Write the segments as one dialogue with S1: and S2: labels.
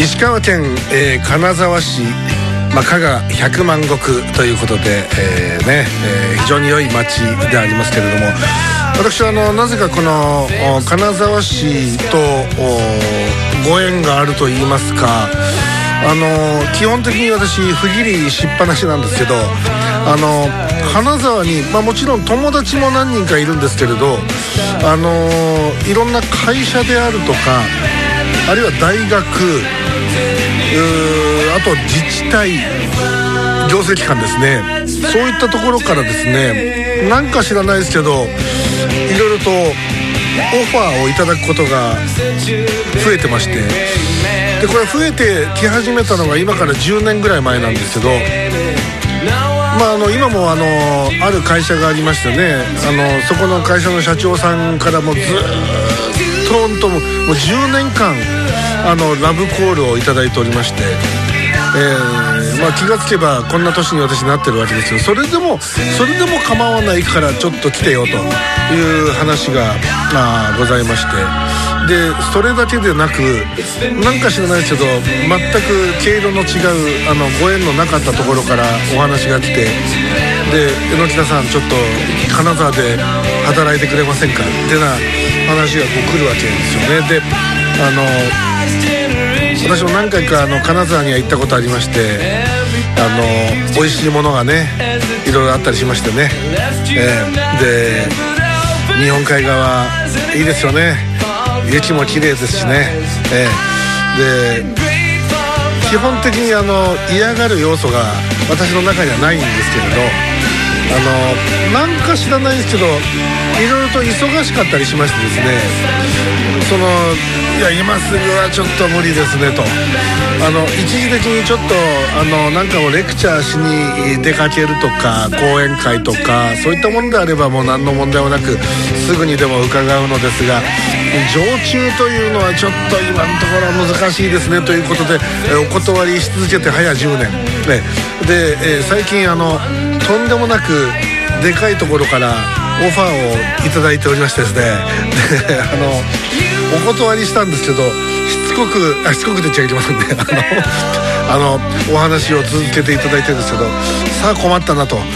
S1: 石川県、えー金沢市、まあ、加賀百万石ということで、えーねえー非常に良い町でありますけれども私はあのなぜかこのお金沢市とおご縁があると言いますかあの基本的に私不義理しっぱなしなんですけどあの金沢に、まあ、もちろん友達も何人かいるんですけれどあのいろんな会社であるとかあるいは大学うーあと自治体行政機関ですねそういったところからですねなんか知らないですけどいろいろとオファーをいただくことが増えてましてでこれ増えてき始めたのが今から10年ぐらい前なんですけどまあ、あの今もあのある会社がありましてねあのそこの会社の社長さんからもずーっと本当もう10年間あのラブコールをいただいておりまして、えーまあ、気がつけばこんな年に私なってるわけですよそれでもそれでも構わないからちょっと来てよという話が、まあ、ございましてでそれだけでなくなんか知らないですけど全く毛色の違うあのご縁のなかったところからお話が来てで榎田さんちょっと金沢で働いてくれませんかってな話がこう来るわけですよねであの私も何回かあの金沢には行ったことありましてあの美味しいものがねいろいろあったりしましてね、えーで日本海側いいですよね雪も綺麗ですしね、えーで基本的にあの嫌がる要素が私の中にはないんですけれどあのなんか知らないですけどいろいろと忙しかったりしましてですねそのいや今すぐはちょっと無理ですねとあの一時的にちょっとあのなんかをレクチャーしに出かけるとか講演会とかそういったものであればもう何の問題もなくすぐにでも伺うのですが常駐というのはちょっと今のところは難しいですねということでえお断りし続けて早10年、ね、でえ最近あのとんでもなくでかいところからオファーをいただいておりましてですねであのお断りしたんですけどしつこくあしつこく出ちゃいけませんねあのあのお話を続けていただいてるんですけどさあ困ったなと思っ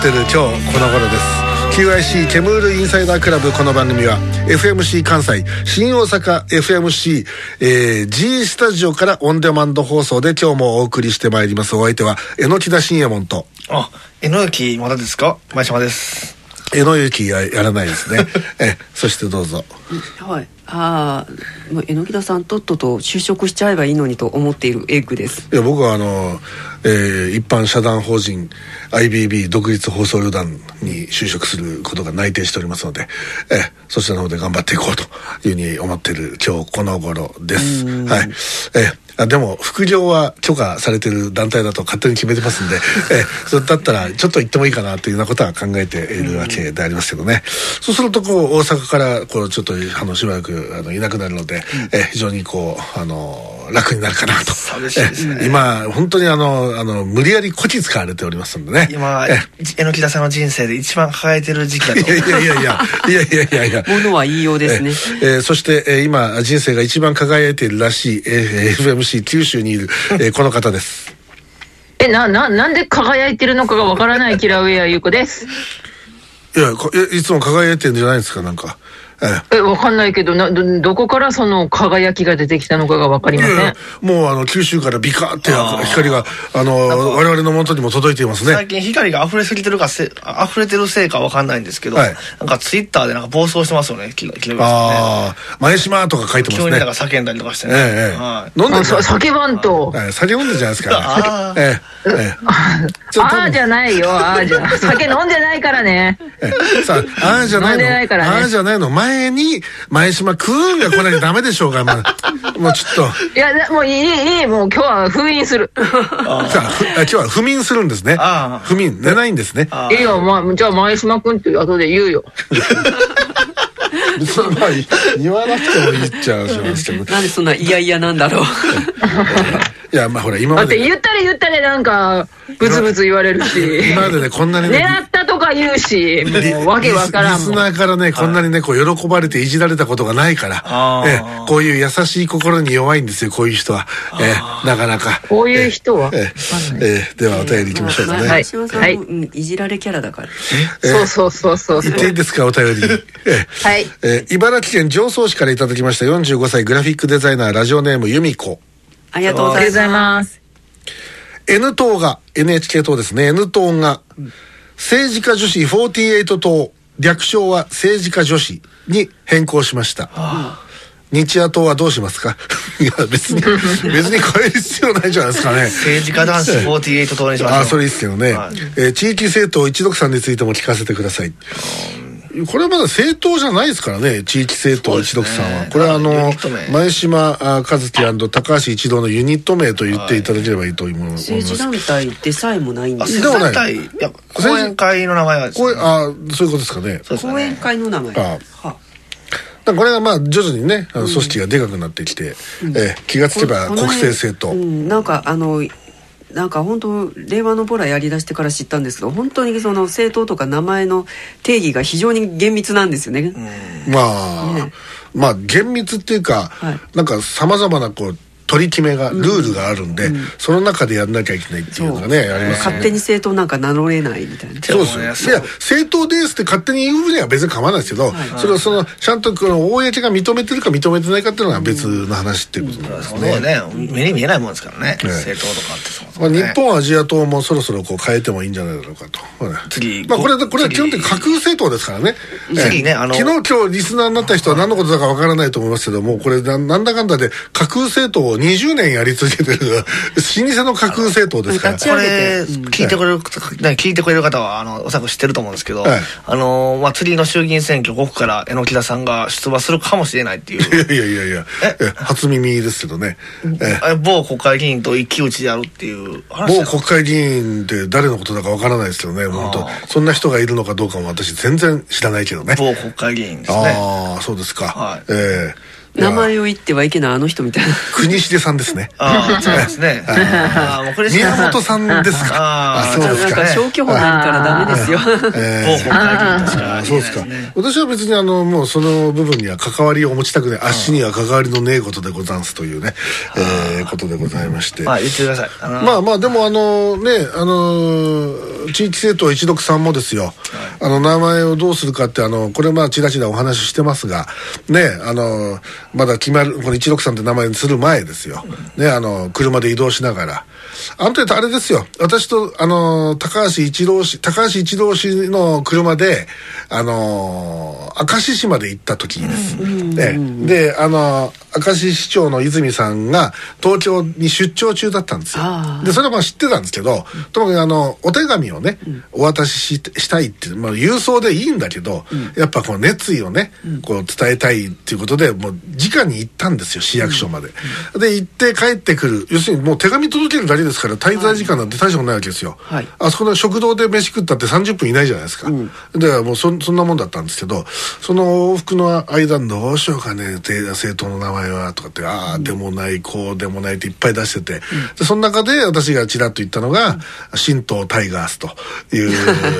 S1: てる今日この頃です QIC ケムールインサイダークラブこの番組は FMC 関西新大阪 FMC、えー G スタジオからオンデマンド放送で今日もお送りしてまいりますお相手は榎田信也門と
S2: あ、えのゆきまだですか前島です。
S1: 榎ゆきややらないですねえそしてどうぞ
S3: はい、ああ、もう榎田さんとっとと就職しちゃえばいいのにと思っているエッグです。
S1: いや僕はあの、えー一般社団法人 IBB 独立放送旅団に就職することが内定しておりますので、えーそちらの方で頑張っていこうというふうに思っている今日この頃です。はい。えーあでも、副業は許可されてる団体だと勝手に決めてますんで、えーそれだったらちょっと行ってもいいかなというようなことは考えているわけでありますけどね。そうすると、こう、大阪から、こう、ちょっと、あの、しばらく、あの、いなくなるので、えー非常にこう、あの、楽になるかなと。
S2: 寂しいですね
S1: えー今、本当にあの、あの、無理やりこき使われておりますんでね。
S2: 今
S1: え、
S2: じえのきださんの人生で一番抱えてる時期だと
S1: い。やいやいやいや、いやいやいやいや。
S3: ものは言いようですね。
S1: えーえーそして、えー今、人生が一番輝いているらしい、えー FMC 九州にいる、えーこの方です。
S4: え、な、な、なんで輝いてるのかがわからないキラウェアゆうこです。
S1: いや、こいいつも輝いてるんじゃないですか、なんか。えー
S4: え、わかんないけど、な、ど、どこからその輝きが出てきたのかがわかりま
S1: い
S4: せん。
S1: やいやもうあの九州からビカーって光があの我々の元にも届いていますね
S2: 最近光が溢れすぎてるかせ、溢れてるせいかわかんないんですけど、
S1: はい
S2: なんかツイッターでなんか暴走してますよね、キラキラさんね。
S1: ああ前島とか書いてま
S2: 急
S1: す
S2: に
S1: ね
S2: なんか叫んだりとかして
S1: え
S2: ね。
S1: え
S2: は
S1: ええ飲んで
S4: あ
S1: るじゃ
S4: さ
S1: ない
S4: 叫ばんと。
S1: ええ酒飲んでるじゃないですか
S2: あ
S1: ええええちょ
S4: ああじゃないよ、ああじゃ。酒飲んでないからね。
S1: ええさあ、ああじゃない
S4: 飲んでないか
S1: の、
S4: らね
S1: ああじゃないの前前に、前島くんが来なきゃダメでしょうが、まあ、もうちょっと。
S4: いや、なもういい、いい、もう今日は封印する。
S1: さあ、ふあ今日は不眠するんですね
S2: あ。あ
S1: 不眠、寝ないんですね。
S4: いいよ、まあ、じゃあ前島くんって後で言うよ。
S1: 別にまあ、い言わなくてもいいっちゃ話なんですけど。
S3: なんでそんな嫌々なんだろう
S1: いや、まあほら、今
S4: だ
S1: ま
S4: って
S1: で、
S4: 言ったり言ったりなんか、ブツブツ言われるし。
S1: 今までね、こんなにね、
S4: 狙ったとか言うし、もうわけわからん
S1: リス
S4: もん。
S1: ナーからね、こんなにね、こう、喜ばれていじられたことがないから
S2: あ、
S1: え
S2: ー
S1: えこういう優しい心に弱いんですよ、こういう人は。ええなかなか。
S4: こういう人は
S1: え、えええでは、お便り行きましょうかね。
S3: まあ前島さんも、
S4: はい
S3: うんいじられキャラだから
S4: そうそうそうそうそ。
S1: 言っていいうですか、お便り。ええ
S4: はい。
S1: えー茨城県常総市からいただきました45歳グラフィックデザイナーラジオネーム由美子
S3: ありがとうご
S4: ありがとう
S3: ざ
S4: ござ
S3: い
S4: い
S3: ま
S4: ます。
S1: N 党が NHK 党ですね N 党が政治家女子48党略称は政治家女子に変更しました日夜党はどうしますか いや別に別に変える必要ないじゃないですかね
S2: 政治家男子48とにしましょう
S1: ああそれいいですけどね、
S2: はい
S1: えー地域政党一読さんについても聞かせてくださいこれはまだ政党じゃないですからね地域政党一読さんは、
S2: そうですね
S1: これはあの
S2: ユニット名
S1: 前島あ和樹高橋一郎のユニット名と言っていただければいいと思います、
S3: 政治団体でさえもないんで
S2: あ
S3: す
S1: でもない
S2: 政体いや講演会の名前はです
S1: こ
S2: ね
S1: れあーそういうことですかね
S2: そうですよ
S3: 講演
S2: ね
S3: 会の名前
S1: あ
S3: は
S1: だからこれがまあ徐々にねあの組織がでかくなってきて、えー気がつけば
S3: こ
S1: 国
S3: の
S1: 政政党、
S3: うん、なんかあのなんか本当令和のボラやりだしてから知ったんですけど本当にその政党とか名前の定義が非常に厳密なんですよね、
S1: まあ、まあ厳密っていうか、
S3: はい
S1: なんかさまざまなこう取り決めが、ルールがあるんで、その中でやんなきゃいけないっていうのがねありますよ
S3: 勝
S1: ね
S3: 手に政党なんか名乗れないみたいな
S1: そうですよ。い
S2: ね
S1: や、正当ですって勝手に言う分には別に構わないですけど、それをその、ちゃんとこの、公が認めてるか認めてないかっていうのは別の話っていうことなんです
S2: そ
S1: ね。
S2: うね目に見えないもんですからね、
S1: え
S2: 政党とかってそもそ
S1: ま
S2: も
S1: あ、
S2: ね
S1: 日本アジア党もそろそろこう変えてもいいんじゃないだろうかと。ほら
S2: 次
S1: まあこれ、
S2: こ
S1: これは基本的に架空政党ですからね。
S2: 次ね
S1: ええ
S2: あの
S1: 昨日今日リスナーになった人は何のことだかわからないと思いますけども、これななんだかんだで架空政党を20年やり続けてる、老舗の架空政党ですから。
S3: 立ち
S2: こ
S3: 上げて
S2: れ、聞いてくれる、ね聞いてくれる方は、あの、おそらく知ってると思うんですけど、
S1: はい
S2: あの、まあ、次の衆議院選挙5区から榎木田さんが出馬するかもしれないっていう
S1: い やいやいやいや、え初耳ですけどね。ええ
S2: え某国会議員と一騎打ちであるっていう
S1: 某
S2: 話だよ
S1: 国会議員って誰のことだかわからないですよね。本
S2: あー
S1: 当そんな人がいるのかどうかも私全然知らないけどね。
S2: 某国会議員ですね。
S1: ああ、そうですか。
S2: はい
S1: ええ
S3: 名
S1: いや
S3: 前を言ってはいけないあの人みたいな
S1: 国重さんですね。
S2: ああ、そうです ね。ああ、もうこれ知ら
S1: 宮
S2: ない
S1: 本さんですか。
S2: あー
S1: そうです
S3: なん
S1: か
S3: か。消去法になるからダメですよ
S1: え
S2: 某
S1: え
S2: 国会議員ですから
S1: あーそうですか。私は別にあの、もうその部分には関わりを持ちたくない、足には関わりのねえことでござんすというね、ええことでございまして。
S2: まあ、言ってください。あの
S1: まあまあでもあのねあのー地域政党一読さんもですよ、あの名前をどうするかってあのこれまあちらちらお話ししてますがねあのーまだ決まるこの一読さんって名前にする前ですよ、ねあの車で移動しながらあの時あれですよ私とあのー高橋一郎氏高橋一郎氏の車であのー明石市まで行った時にです、ね、であのー明石市長の泉さんが東京に出張中だったんですよ
S3: あー
S1: でそれはまあ知ってたんですけどともかくあのお手紙をね、お渡しししたいっていう、まあ、郵送でいいんだけど、やっぱこの熱意をね、こう伝えたいっていうことでもう直に行ったんですよ市役所まで、で行って帰ってくる要するにもう手紙届けるだけですから滞在時間なんて大したことないわけですよ、
S3: はい
S1: あそこの食堂で飯食ったって30分いないじゃないですか、だからもうそんそんなもんだったんですけどその往復の間にどうしようかねて政党の名前はとかってああでもないこうでもないっていっぱい出してて、でその中で私がちらっと言ったのが新党タイガースという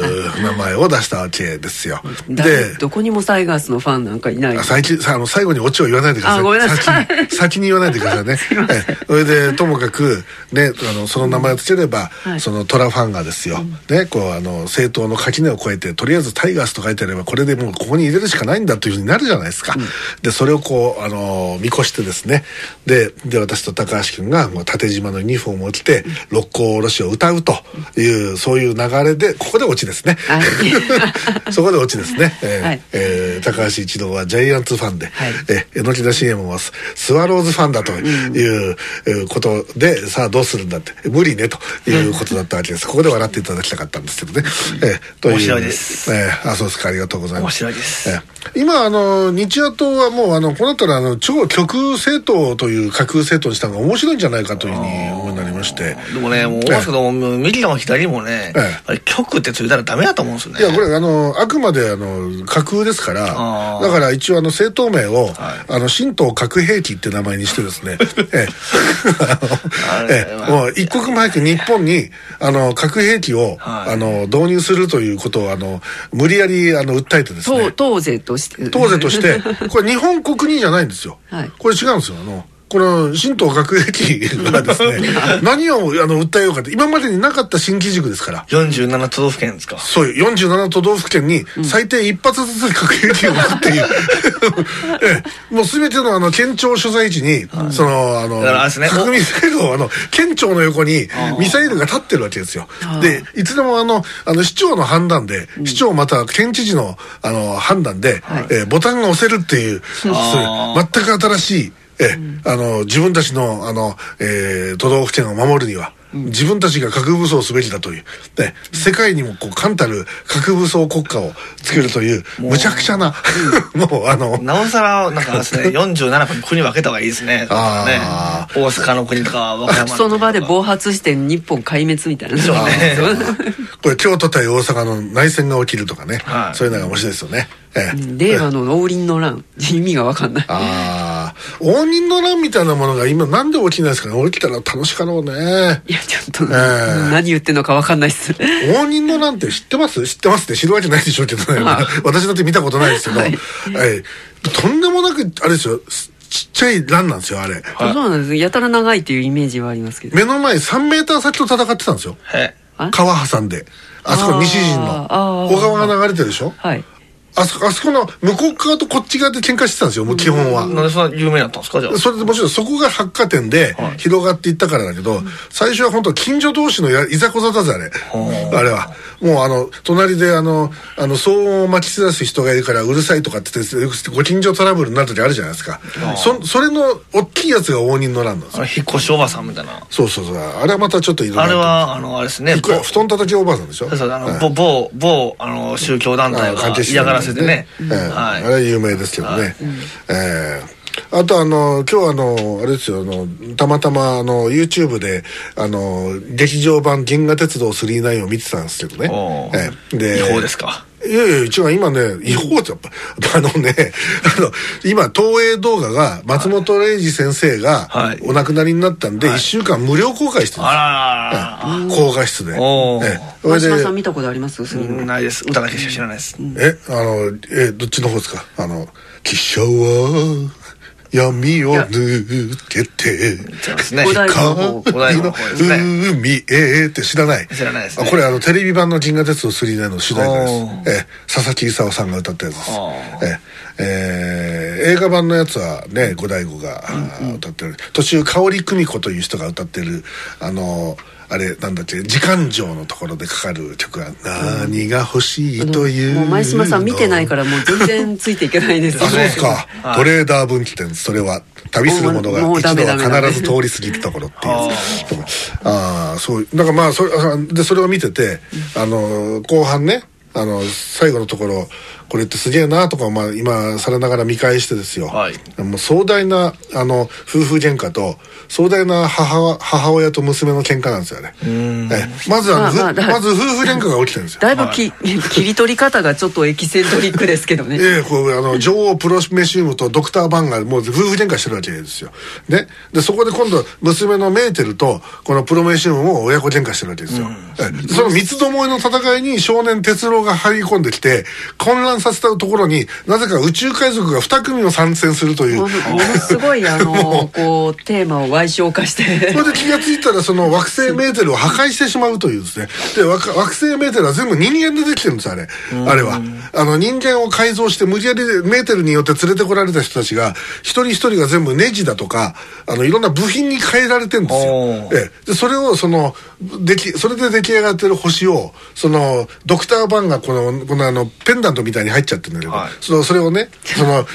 S1: 名前を出したわけですよ
S3: 誰
S1: で
S3: どこにもタイガースのファンなんかいない
S1: あ最近さあの最後にオチを言わないでください
S3: あごめんなさい
S1: 先に 先に言わないでくださいねええそれでともかく、ね、あのその名前をつければ、
S3: はい
S1: そのトラファンがですよ、ね、こうあの政党の垣根を越えてとりあえずタイガースと書いてあればこれでもうここに入れるしかないんだというふうになるじゃないですか、でそれをこうあの見越してですねでで私と高橋君がもう縦縞のユニフォームを着て「六甲おろし」を歌うというそういう流れでここでオチですね
S3: は い
S1: そこでオチですね、ええ
S3: はい
S1: えー高橋一郎はジャイアンツファンで、
S3: はい
S1: えー榎田茂もススワローズファンだというえーことで、さあどうするんだって無理ねということだったわけです、ここで笑っていただきたかったんですけどね、えーとう
S2: 面白いです
S1: えーあそうですかありがとうござい
S2: 面
S1: ます
S2: 白いです。
S1: ええ今あの日夜党はもうあのこうなったらあの超極右政党という架空政党にしたのが面白いんじゃないかというふうに思いになりまして
S2: でもね、もう思いますけど、もう右も左もね、
S1: ええ
S2: やっぱり極ってついたらダメだと思うんですよね。
S1: いやこれあのあくまであの架空ですから
S2: あー
S1: だから一応あの政党名を、
S2: はい
S1: あの新党核兵器って名前にしてです ねええあの
S2: あれ
S1: ええもう一刻も早く日本にあの核兵器を、
S2: はい
S1: あの導入するということをあの無理やりあの訴えてですね
S3: 党党勢として
S1: 当然としてこれ日本国にじゃないんですよ、
S3: はい
S1: これ違うんですよあのこの新党学駅がです ね何をあの訴えようかって今までになかった新基軸ですから
S2: 47都道府県ですか。
S1: そういう47都道府県に最低一発ずつ核兵器を撃つって いう、ええ、もう全てのあの県庁所在地に、そのあの
S2: だからあれですね
S1: 核ミサイル をあの県庁の横にミサイルが立ってるわけですよでいつでもあのあの市長の判断で、市長または県知事のあの判断で、ええボタンが押せるっていうそういう全く新しいええあの自分たちのあの、えー都道府県を守るには、自分たちが核武装すべきだという、ね、世界にもこう冠たる核武装国家を作るというむちゃくちゃな、 もうあの
S2: なおさら、なんかです ね、47個に国分けた方がいいですね。
S1: あ
S2: ね大阪の国とか、和歌山の国とか
S3: その場で暴発して日本壊滅みたいな
S2: そう ね
S1: これ京都対大阪の内戦が起きるとかね、
S2: はい
S1: そういうのが面白いですよね。ええ
S3: 令和の農林の乱意味が分かんない
S1: ああ、応仁の乱みたいなものが今なんで起きないですかね起きたら楽しかろうね。
S3: いやちょっと、
S1: ええ
S3: 何言ってんのか分かんないっす
S1: 応仁の乱って知ってます知ってますって知るわけないでしょうけどね、
S3: はい
S1: 私だって見たことないですけど、は
S3: はいい
S1: とんでもなくあれですよすちっちゃい乱なんですよあれ
S2: はい
S3: そうなんですやたら長いっていうイメージはありますけど
S1: 目の前3メーター先と戦ってたんですよ
S2: はい
S3: あ
S1: 川挟んであそこ西陣
S3: あ
S1: の
S3: ー
S1: 小川が流れてるでしょ
S3: はい
S1: あそこあそこの向こう側とこっち側で喧嘩してたんですよもう基本は、
S2: なんでそんな有名だったんですかじゃあ。
S1: それでもちろんそこが百貨店で広がっていったからだけど、最初は本当近所同士のやいざこざだぜあれ、あれはもうあの隣であのあの騒音をまき散らす人がいるからうるさいとかって言ってよくご近所トラブルになる時あるじゃないですか、そそれの大きいやつが応仁の乱なんです
S2: あの引っ越しおばさんみたいな。
S1: そうそうそうあれはまたちょっといろいろ
S2: あれは、あの、あれですね。
S1: いくら
S2: ぼ
S1: 布団叩きおばあさんでしょ
S2: そうそう、あの、
S1: はい
S2: ぼ某、某、あの、宗教団体
S1: あ関
S2: が
S1: 係してた
S2: 嫌
S1: ん
S2: がら
S1: です
S2: せてね。
S1: ええあれ
S2: はい。
S1: は有名ですけどね、ええあとあの今日あのあれですよあのたまたまあの YouTube であの劇場版「銀河鉄道999」を見てたんですけどね
S2: お、ー
S1: ええで
S2: 違法ですか。
S1: いやいや、一応今ね、違法ってやっぱ、あのね、 あの、今、東映動画が、松本零士先生が
S2: はい、
S1: お亡くなりになったんで、
S2: はい
S1: 1週間無料公開してるんですよ
S2: あららら
S1: 高画質で。
S2: おー
S1: ええ
S3: 川島さ
S1: そ
S3: ん
S1: れで
S3: 見たことあります杉
S2: う
S3: 村
S2: んないです。歌だけしか知らないです。
S1: えあのえどっちの方ですかあの「汽車は闇を抜けて
S2: そうですね。
S3: お題
S1: 川
S3: お
S2: 題の方ですね
S1: の海へ」って知らない
S2: 知らないです
S1: あ
S2: ね
S1: これあのテレビ版の「銀河鉄道999」の主題歌です
S2: お
S1: え佐々木功さんが歌ったやつです
S2: お
S1: ええー映画版のやつはね五大悟があー歌ってる途中香織久美子という人が歌ってるあのあれなんだっけ時間上のところでかかる曲が「何が欲しいというの」
S3: もう前島さん見てないからもう全然ついていけないです
S1: あ、そうですか。
S2: はい
S1: トレーダー分岐点、それは、旅する者が
S3: もうもう
S1: 一度
S3: ダメダメ
S1: は
S3: ダメ
S1: 必ず通り過ぎるところっていうやつ。ああ、そう、なんかまあ、それ、あで、それを見てて、あの、後半ね、あの、最後のところ、これってすげえなとか、まあ、今、さらながら見返してですよ。
S2: はい
S1: もう壮大な、あの、夫婦喧嘩と、壮大な母は、母親と娘の喧嘩なんですよね。えまずは、
S3: まあまあだ
S1: まず夫婦喧嘩が起きてるんですよ。
S3: だいぶき、 切り取り方がちょっとエキセントリックですけどね
S1: ええこうあの女王プロメシウムとドクター・バンがもう夫婦喧嘩してるわけですよ、ね、でそこで今度娘のメーテルとこのプロメシウムも親子喧嘩してるわけですよ、ええその三つどもえの戦いに少年哲郎が入り込んできて混乱させたところになぜか宇宙海賊が2組を参戦するという
S3: ものものすごい あのこうテーマを歪償化して
S1: それで気がついたらその惑星メーテルを破壊してしまうというですね。で、わか惑星メーテルは全部人間でできてるんです、あれ。あれは。あの人間を改造して無理やりメーテルによって連れてこられた人たちが、一人一人が全部ネジだとか、あのいろんな部品に変えられてるんですよ
S2: お。ー
S1: ええで、それをその、でき、それで出来上がってる星を、その、ドクター・バンがこの、このあの、ペンダントみたいにに入っちゃってるんだけど、
S2: はい
S1: そのそれをねそ の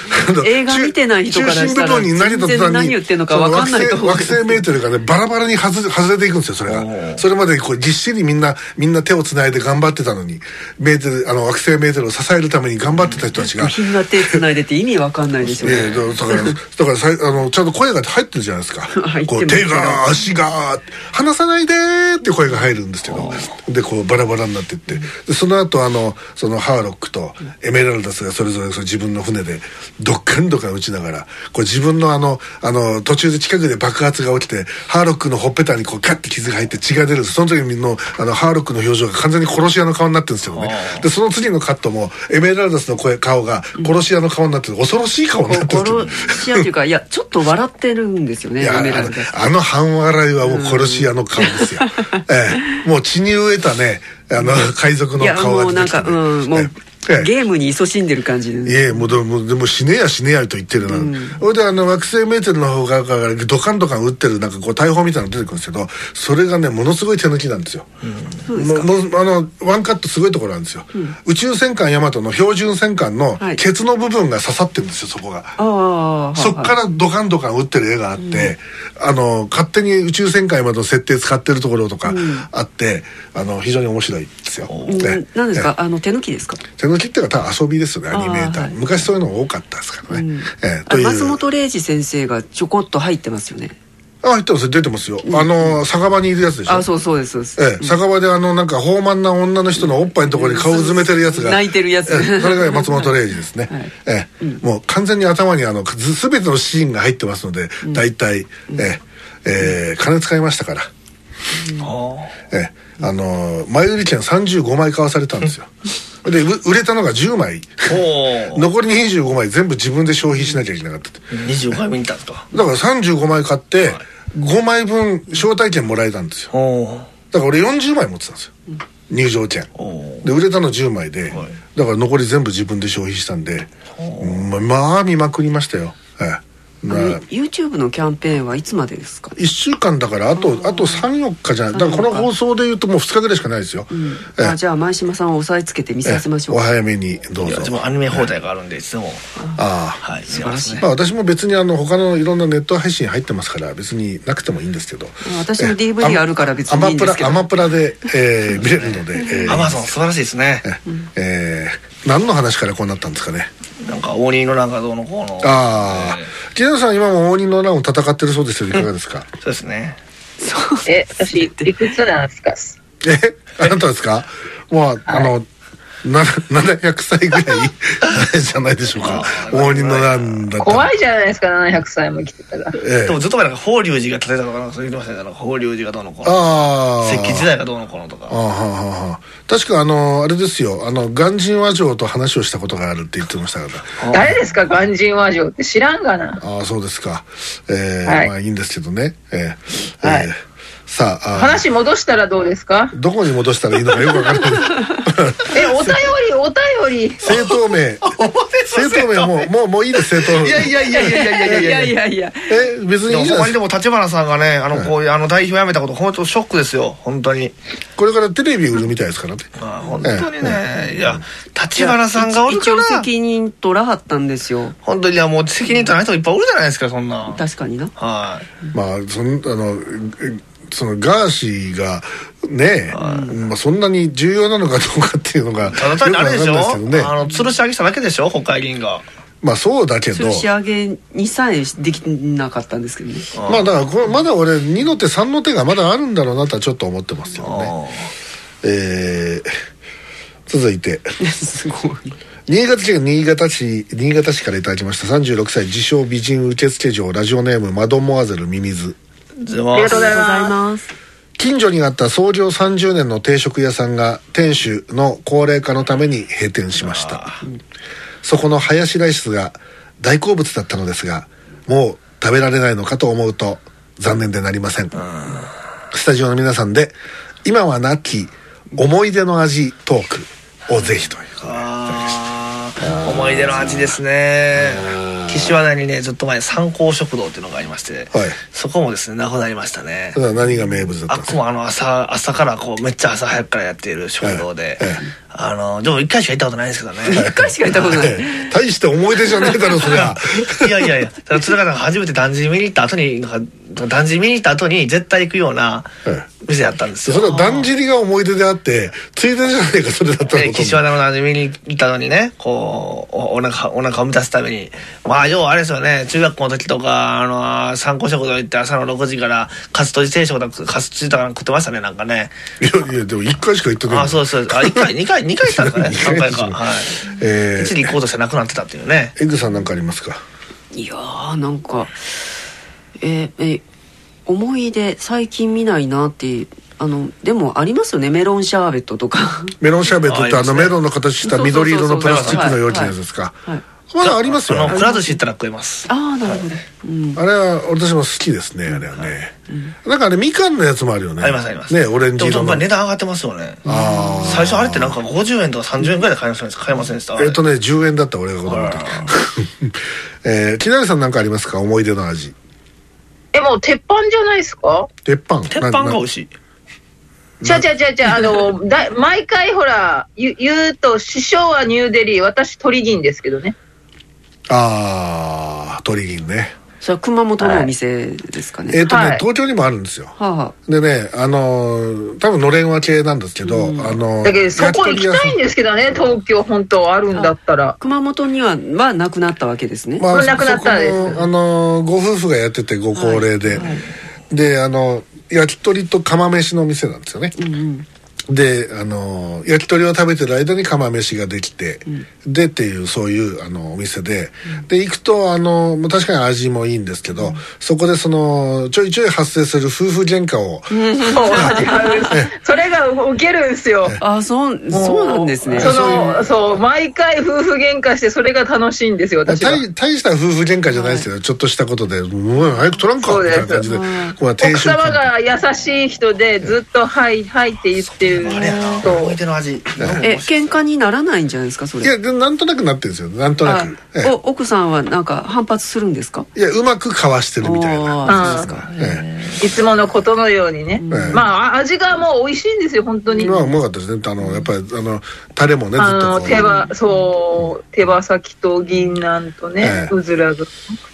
S3: 映画見てない人から
S1: 中
S3: し
S1: 心
S3: たら
S1: 部分になりた途
S3: 全然
S1: 端に
S3: 何言ってんのか分かんないと
S1: そ
S3: 思
S1: の
S3: う
S1: 惑星惑星メートルがねバラバラに外れ外れていくんですよそれ
S2: お
S1: が
S2: ー
S1: それまでこうぎっしりみんなみんな手をつないで頑張ってたのにメートルあの惑星メートルを支えるために頑張ってた人たちが
S3: 部品が手つないでて意味わかんないでしょうね
S1: ええだから、だからさい、あの、ちゃんと声が入ってるじゃないですか
S3: 入っ。て
S1: こ
S3: ま
S1: う、
S3: す
S1: 手が、足が、離さないでーって声が入るんですけど、で、こう、バラバラになってって、でその後、あの、その、ハーロックとエメラルダスがそれぞれその自分の船で、どっかんどっかん撃ちながら、こう、自分のあの、あの、途中で近くで爆発が起きて、ハーロックのほっぺたにこう、カッて傷が入って血が出る。その時の、あの、ハーロックの表情が完全に殺し屋の顔になってるんですよね。で、その次のカットも、エメラルダスの声、顔が殺し屋の顔になってる、恐ろしい顔になってるっていう。
S3: 殺し屋というかいやちょっと笑ってるんですよ
S1: い
S3: ね
S1: やあ
S3: エメラ
S1: の
S3: ルダ
S1: あの半笑いはもう殺し屋の顔ですよ、ええ、もう血に飢えたねあの海賊
S3: い
S1: の
S3: や
S1: 顔
S3: も
S1: が
S3: うなん
S1: 出てき
S3: か
S1: てね
S3: うんもう
S1: ええ
S3: ゲームに勤しんでる感じ
S1: い
S3: で
S1: えもうでもでも死ねや死ねやと言ってるな、それであの惑星メーテルの方がからドカンドカン撃ってるなんかこう大砲みたいなの出てくるんですけどそれがねものすごい手抜きなんですよ、もうもうあのワンカットすごいところなんですよ、宇宙戦艦ヤマトの標準戦艦の
S3: はい
S1: ケツの部分が刺さってるんですよそこが
S3: ああはい
S1: そっからドカンドカン打ってる絵があって、あの勝手に宇宙戦艦までの設定使ってるところとかあって、あの非常に面白いですよ。
S3: うん
S1: ね
S3: 何ですか
S1: ね
S3: あの手抜きですか
S1: 手抜きっていうかただ遊びですよねアニメーター、
S3: あーはい
S1: 昔そういうの多かったですからね。ええ
S3: あ
S1: という
S3: 松本零士先生がちょこっと入ってますよね
S1: あ入ってます出てますよ、あの酒場にいるやつでしょ
S3: あそうそうですそうです
S1: ええ、酒場であのなんか豊満な女の人のおっぱいのところに顔をうずめてるやつが
S3: 泣いてるやつ
S1: ええそれが松本零士ですね、
S3: はい
S1: ええもう完全に頭にあのず全てのシーンが入ってますので大体、ええええ金使いましたから、
S2: あ
S1: ええあの前売り券35枚買わされたんですよでう売れたのが10枚
S2: ーおー
S1: 残り25枚全部自分で消費しなきゃいけなかったって
S2: 25回見に行ったんですか
S1: だから35枚買って5枚分招待券もらえたんですよ
S2: おー
S1: だから俺40枚持ってたんですよ、入場券
S2: おー
S1: で売れたの10枚で、
S2: はい
S1: だから残り全部自分で消費したんで、ままあ見まくりましたよ、ええ
S3: あ
S1: ま
S3: の
S1: あ、
S3: YouTube のキャンペーンはいつまでですか
S1: 1週間だからあとあと34日じゃないだからこの放送で言うともう2日ぐらいしかないですよ、ええ
S3: あじゃあ前島さんを押さえつけて見
S1: ええ
S3: させましょう
S1: お早めにどう
S2: い
S1: ぞ
S2: やでもアニメ放題があるんでいつでも
S1: ああ
S2: はい素晴ら
S3: 素晴らしい
S1: まあ私も別にあの他のいろんなネット配信入ってますから別になくてもいいんですけど
S3: 私の
S1: ええ
S3: DVD あるから別にいいんですけど
S1: アマプラアマプラで、ええ見れるので、ええ
S2: アマゾン素晴らしいですね
S1: ええ何の話からこうなったんですかね
S2: なんか王林のなんかどうのこうの
S1: ああ、木南さん今も応仁の乱を戦ってるそうですよいかがですか、
S2: そうですね
S3: そう
S4: え、私、いくつなんですか
S1: え あなたですかまああのな700歳ぐらい じゃないでしょうか応仁の乱だったら
S4: 怖いじゃないですか、700歳も生きてたら。
S1: え
S2: で
S1: え
S2: もずっと前なんか法隆寺が建てたとかなんかそう言ってましたねなんか法隆寺がどうのこうの
S1: ああ
S2: 石器時代がどうのこうのと
S1: ああ
S2: か
S1: はあはあはあ確かあのあれですよあの鑑真和上と話をしたことがあるって言ってましたから
S4: 誰ですか、鑑真和上って知らんがな。
S1: ああそうですかええ
S4: はい
S1: まあいいんですけどねええ
S4: はい
S1: ええさあああ
S4: 話戻したらどうですか
S1: どこに戻したらいいのかよくわから ない
S4: え、お便り、お便り。
S1: 政党名政党名もうもうもういいです政党名
S2: いやいやいやいやいやいやいやい
S3: いやい
S2: や
S3: やいや
S1: え別にい
S2: でも
S1: いじゃ
S2: ほん
S1: な
S2: ま
S1: い
S2: に
S1: でか
S2: ですも立花さんがねあのこういうあの代表辞めたこと本当ショックですよ本当に
S1: これからテレビ売るみたいですからね
S2: まあ本当にねいや立花さんがおる
S3: 一
S2: か
S3: 応
S2: ら
S3: 責任取らはったんですよ
S2: 本当にいやもう責任取らない人いっぱいおるじゃないですかそんな
S3: 確かにな
S2: はい
S1: まあそのあのえそのガーシーがねまあ、そんなに重要なのかどうかっていうのがよく
S2: ただ
S1: わか
S2: 単
S1: ん
S2: にあ
S1: ない
S2: れ
S1: で
S2: です
S1: け
S2: しょ、
S1: どね
S2: あの吊るし上げしただけでしょ国会議員が
S1: まあそうだけ
S3: 吊
S1: ど
S3: るし上げにさえできなかったんですけどね
S1: まあだからこれまだ俺2の手3の手がまだあるんだろうなとはちょっと思ってますけどねえー続いて
S3: すごい
S1: 新潟県新潟市新潟市からいただきました36歳自称美人受付嬢ラジオネームマドモアゼルミミズ
S2: あ
S4: あ
S2: り
S4: り
S2: が
S4: が
S2: と
S4: と
S2: うござ
S4: うござ
S2: い
S4: い
S2: ま
S3: ます
S1: 近所にあった創業30年の定食屋さんが店主の高齢化のために閉店しましたそこのハヤシライスが大好物だったのですがもう食べられないのかと思うと残念でなりませんスタジオの皆さんで「今はなき思い出の味トーク」をぜひという
S2: あー思い出の味ですね岸和田にねずっと前三幸食堂っていうのがありまして、
S1: はい
S2: そこもですねなくなりましたね
S1: ただ何が名物だっ
S2: あ
S1: たん
S2: っ
S1: です
S2: こ
S1: か
S2: もあの朝朝からこうめっちゃ朝早くからやっている食堂で、
S1: ええええ
S2: あの、でも一回しか行ったことないですけどね。
S3: 一回しか行ったことない。
S1: 大して思い出じゃねえだろそ りゃ
S2: いやいやいや、ただ鶴川さんが初めてだんじり見に行った後に、なんか、だんじり見に行った後に絶対行くような店だったんです
S1: そ
S2: よ。
S1: れはだんじりが思い出であってついでじゃねえかそれだったら
S2: で、岸和田のなじみに行ったのにね、こう、おお腹、お腹を満たすために。まあ、要はあれですよね、中学校の時とか、あの、参考食堂行って朝の6時から、カツとじ定食とか、カツとじとか食ってましたね、なんかね。
S1: いやいやでも一回しか行ってない
S2: あ、そうですそうです。あ、1回、2回、二回行ったんですかね、3回か。 はい。
S1: え
S2: いつに行こうとしてなくなってたっていうね。
S1: ー、エグさんなんかありますか
S3: いやーなんかえーえ思い出最近見ないなってあのでもありますよねメロンシャーベットとか
S1: メロンシャーベットって
S2: あ
S1: あ
S2: ります
S1: の
S2: ね
S1: メロンの形した緑色のプラスチックの容器のやつですか
S3: はい
S1: まだありますよ
S2: あの、
S1: ね
S2: くら寿司行ったら食えます。
S3: ああなるほど、うん
S1: あれは私も好きですねあれはねなんかあれみかんのやつもあるよね
S2: ありますあります。
S1: ねオレンジ
S2: で
S1: 色
S2: も
S1: の
S2: やっぱり値段上がってますよね。
S1: あー
S2: 最初あれってなんか50円とか30円ぐらいで買えませんでした買えませんでした
S1: えっとね10円だった俺が子供の時 えー木成さんなんかありますか思い出の味
S4: え、もう鉄板じゃないですか
S1: 鉄板
S2: 鉄板が美味
S1: しい
S2: しい。
S4: ちゃちゃちゃちゃ、あ の、だ毎回ほら、言言うと、首相はニューデリー、私鳥銀ですけどね。
S1: ああ鳥銀ね
S3: それは熊本のお店ですかね、
S1: えっ、とね、
S4: はい
S1: 東京にもあるんですよ
S3: はあ、は
S1: でねあのー多分のれんは系なんですけど、あのー
S4: だけど、そ
S1: 焼き
S4: こ行
S1: 鳥
S4: き
S1: 屋
S4: た
S1: さん
S4: いんですけどね、東京、本当あるんだったら
S3: あ。熊本にははなくなったわけですね、
S1: まあ、
S4: なくなったらです
S1: そこのあのご夫婦がやっててご高齢で、であの焼き鳥と釜飯の店なんですよね、であの焼き鳥を食べてる間に釜飯ができて、でっていうそういうあのお店で、で行くとあのまあ確かに味もいいんですけど、そこでそのちょいちょい発生する夫婦喧嘩を、
S4: そう 違うそれが受けるんですよ。
S3: ああそうそうなんですね
S4: そ
S1: そう
S4: の、そう、毎回夫婦喧嘩して、それが楽しいんですよ、私は。
S1: 大大した夫婦喧嘩じゃないですけど、ちょっとしたことで「もう早く取らんか」
S4: そう
S1: み
S4: で
S1: たい
S4: す
S1: な感じで、こう
S4: 奥
S1: 亭主
S4: 様が優しい人で、ずっと、はい、はいって言ってる
S2: あれやな、
S4: と。
S2: 思い出の味。
S3: え喧嘩にならないんじゃないですかそれ
S1: いやでなんとなくなってるんですよなんとな
S3: あ
S1: く、ええ
S3: お奥さんはなんか反発するんですか
S1: いやうまくかわしてるみたいな
S3: あー
S4: うん
S3: そうですか
S1: え
S4: いつものことのようにね。
S1: ん
S4: まあ、あ味がもう美味しいんですよ、本当
S1: え
S4: に。
S1: まあうまかったですねあのやっぱりあのタレもねずっ
S4: あ
S1: とこ
S4: の、
S1: う
S4: 手羽、そう、手羽先と銀杏とね、
S1: ええ
S4: うずらが。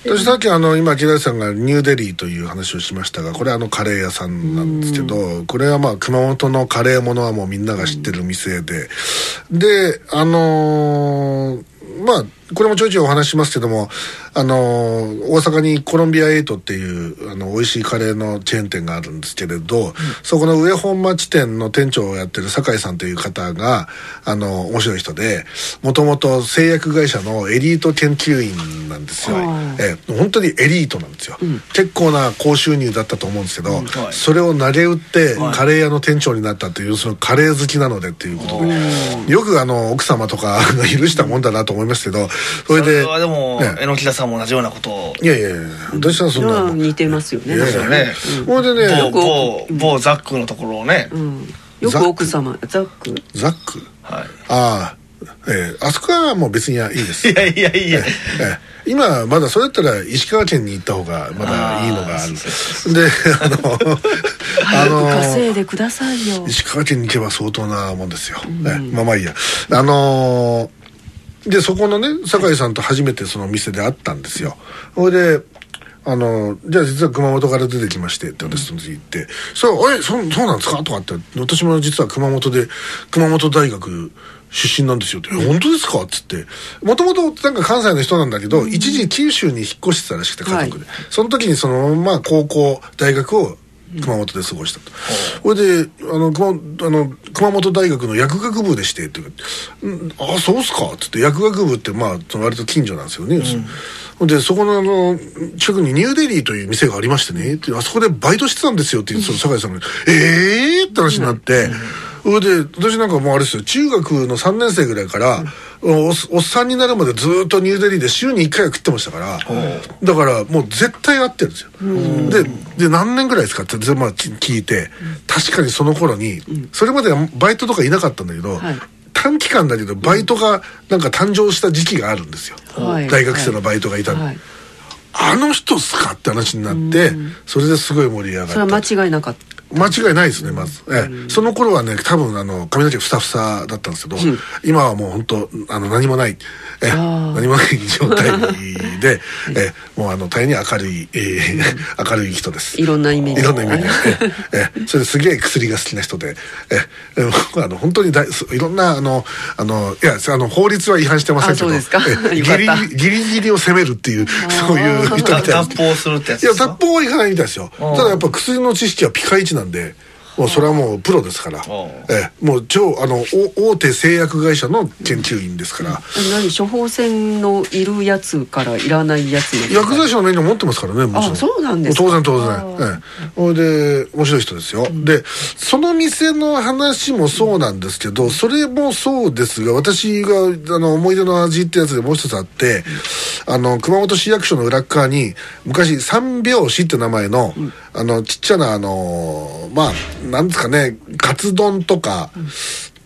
S1: 私さっきあの今木梨さんがニューデリーという話をしましたがこれあのカレー屋さんなんですけどこれはまあ熊本のカレーものはもうみんなが知ってる店でであのーまあこれもちょいちょいお話ししますけどもあのー大阪にコロンビアエイトっていうあの美味しいカレーのチェーン店があるんですけれどそこの上本町店の店長をやってる酒井さんという方があの面白い人でもともと製薬会社のエリート研究員なんですよ。ええ本当にエリートなんですよ、結構な高収入だったと思うんですけど、
S2: はい
S1: それを投げ打ってカレー屋の店長になったというそのカレー好きなのでっていうことでよくあの奥様とかが許したもんだなと思いますけどそれ
S2: それ
S1: で
S2: はでも
S1: ね、
S2: 榎木田さんも同じようなことを。
S1: いやいやいや私はそんな
S3: うん似てますよね
S1: いやい
S2: そう
S1: や
S2: ね
S1: ほいで
S2: 某
S1: ね
S2: 某某ザックのところをね、
S3: うん、よく奥様ザック
S1: ザック
S2: は
S1: ああええあそこはもう別にいいです
S2: い、いやいやいや
S1: ええ今まだそれだったら石川県に行った方がまだいいのがあるであのあ
S3: 早く
S1: の
S3: 稼いでくださいよ
S1: 石川県に行けば相当なもんですよ、ねまあまあいいやあのーでそこのね酒井さんと初めてその店で会ったんですよほいであのーじゃあ実は熊本から出てきましてって私の時言って「そうえそそうなんですか?」とかって「私も実は熊本で熊本大学出身なんですよ」って「え本当ですか?」っつってもともとなんか関西の人なんだけど、一時九州に引っ越してたらしくて家族で、その時にそのまま高校大学を熊本で過ごしたと、それであの熊あの熊本大学の薬学部でしてって言うから「うんあそうっすか」っつって薬学部ってまあその割と近所なんですよね、ほんでそこのあの近くにニューデリーという店がありましてねってあそこでバイトしてたんですよってその酒井さんが「ええー!」って話になって。それで私なんかもうあれですよ中学の3年生ぐらいから、おっおっさんになるまでずーっとニューデリーで週に1回は食ってましたから、だからもう絶対合ってるんですよ、でで何年ぐらいですかって、でまあ、き聞いて、確かにその頃に、それまではバイトとかいなかったんだけど、
S3: はい
S1: 短期間だけどバイトがなんか誕生した時期があるんですよ、
S3: はい
S1: 大学生のバイトがいたの、
S3: はい、
S1: あの人っすかって話になって、それですごい盛り上がって
S3: それは間違いなかった
S1: 間違いないですねまず、ええ、その頃はね多分あの髪の毛ふさふさだったんですけど、今はもう本当あの何もないええ
S3: あー
S1: 何もない状態で、 ええ、もうあの大変に明るい、ええ明るい人です
S3: いろんな意味で
S1: いろんな意味 で、ええええそれですげえ薬が好きな人で、ええ、ええ僕はあの本当に大いろんなあのあのいやあの法律は違反してませんけど
S3: あそうですか
S1: ええ
S3: よかった
S1: ギリギリギリを責めるっていうそういう人みたいです
S2: 脱法するってや
S1: い
S2: つで
S1: や
S2: すか
S1: 脱法はいかないみたいですよ
S2: うん
S1: ただやっぱ薬の知識はピカイチなんでもうそれはもうプロですから、
S2: ん
S1: ええ、もう超あのお大手製薬会社の研究員ですから、
S3: 何処方箋のいるやつからいらないやつまで
S1: 薬剤師の免許持ってますからねもちろん
S3: あそうなんですか
S1: 当然当然ええそれで面白い人ですよ、でその店の話もそうなんですけどそれもそうですが私があの思い出の味ってやつでもう一つあって、あの熊本市役所の裏っ側に昔三拍子って名前の、あのちっちゃなあのまあなんですかねカツ丼とか、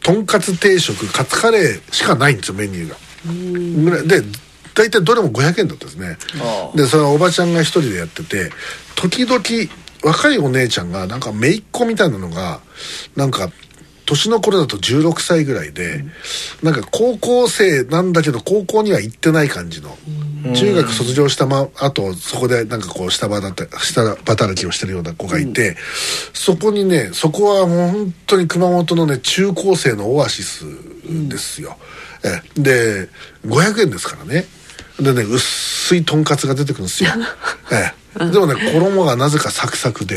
S1: とんかつ定食カツカレーしかないんですよメニューが。ぐらいで大体どれも500円だったんですね
S2: ああ
S1: でそれはおばちゃんが一人でやってて時々若いお姉ちゃんがなんか姪っ子みたいなのがなんか年の頃だと16歳ぐらいで、なんか高校生なんだけど高校には行ってない感じの、中学卒業したまあとそこでなんかこう下働き下働きをしてるような子がいて、そこにねそこはもう本当に熊本のね中高生のオアシスですよ、えで500円ですからねでね薄いとんかつが出てくるん ですよ、ええ、でもね衣がなぜかサクサクで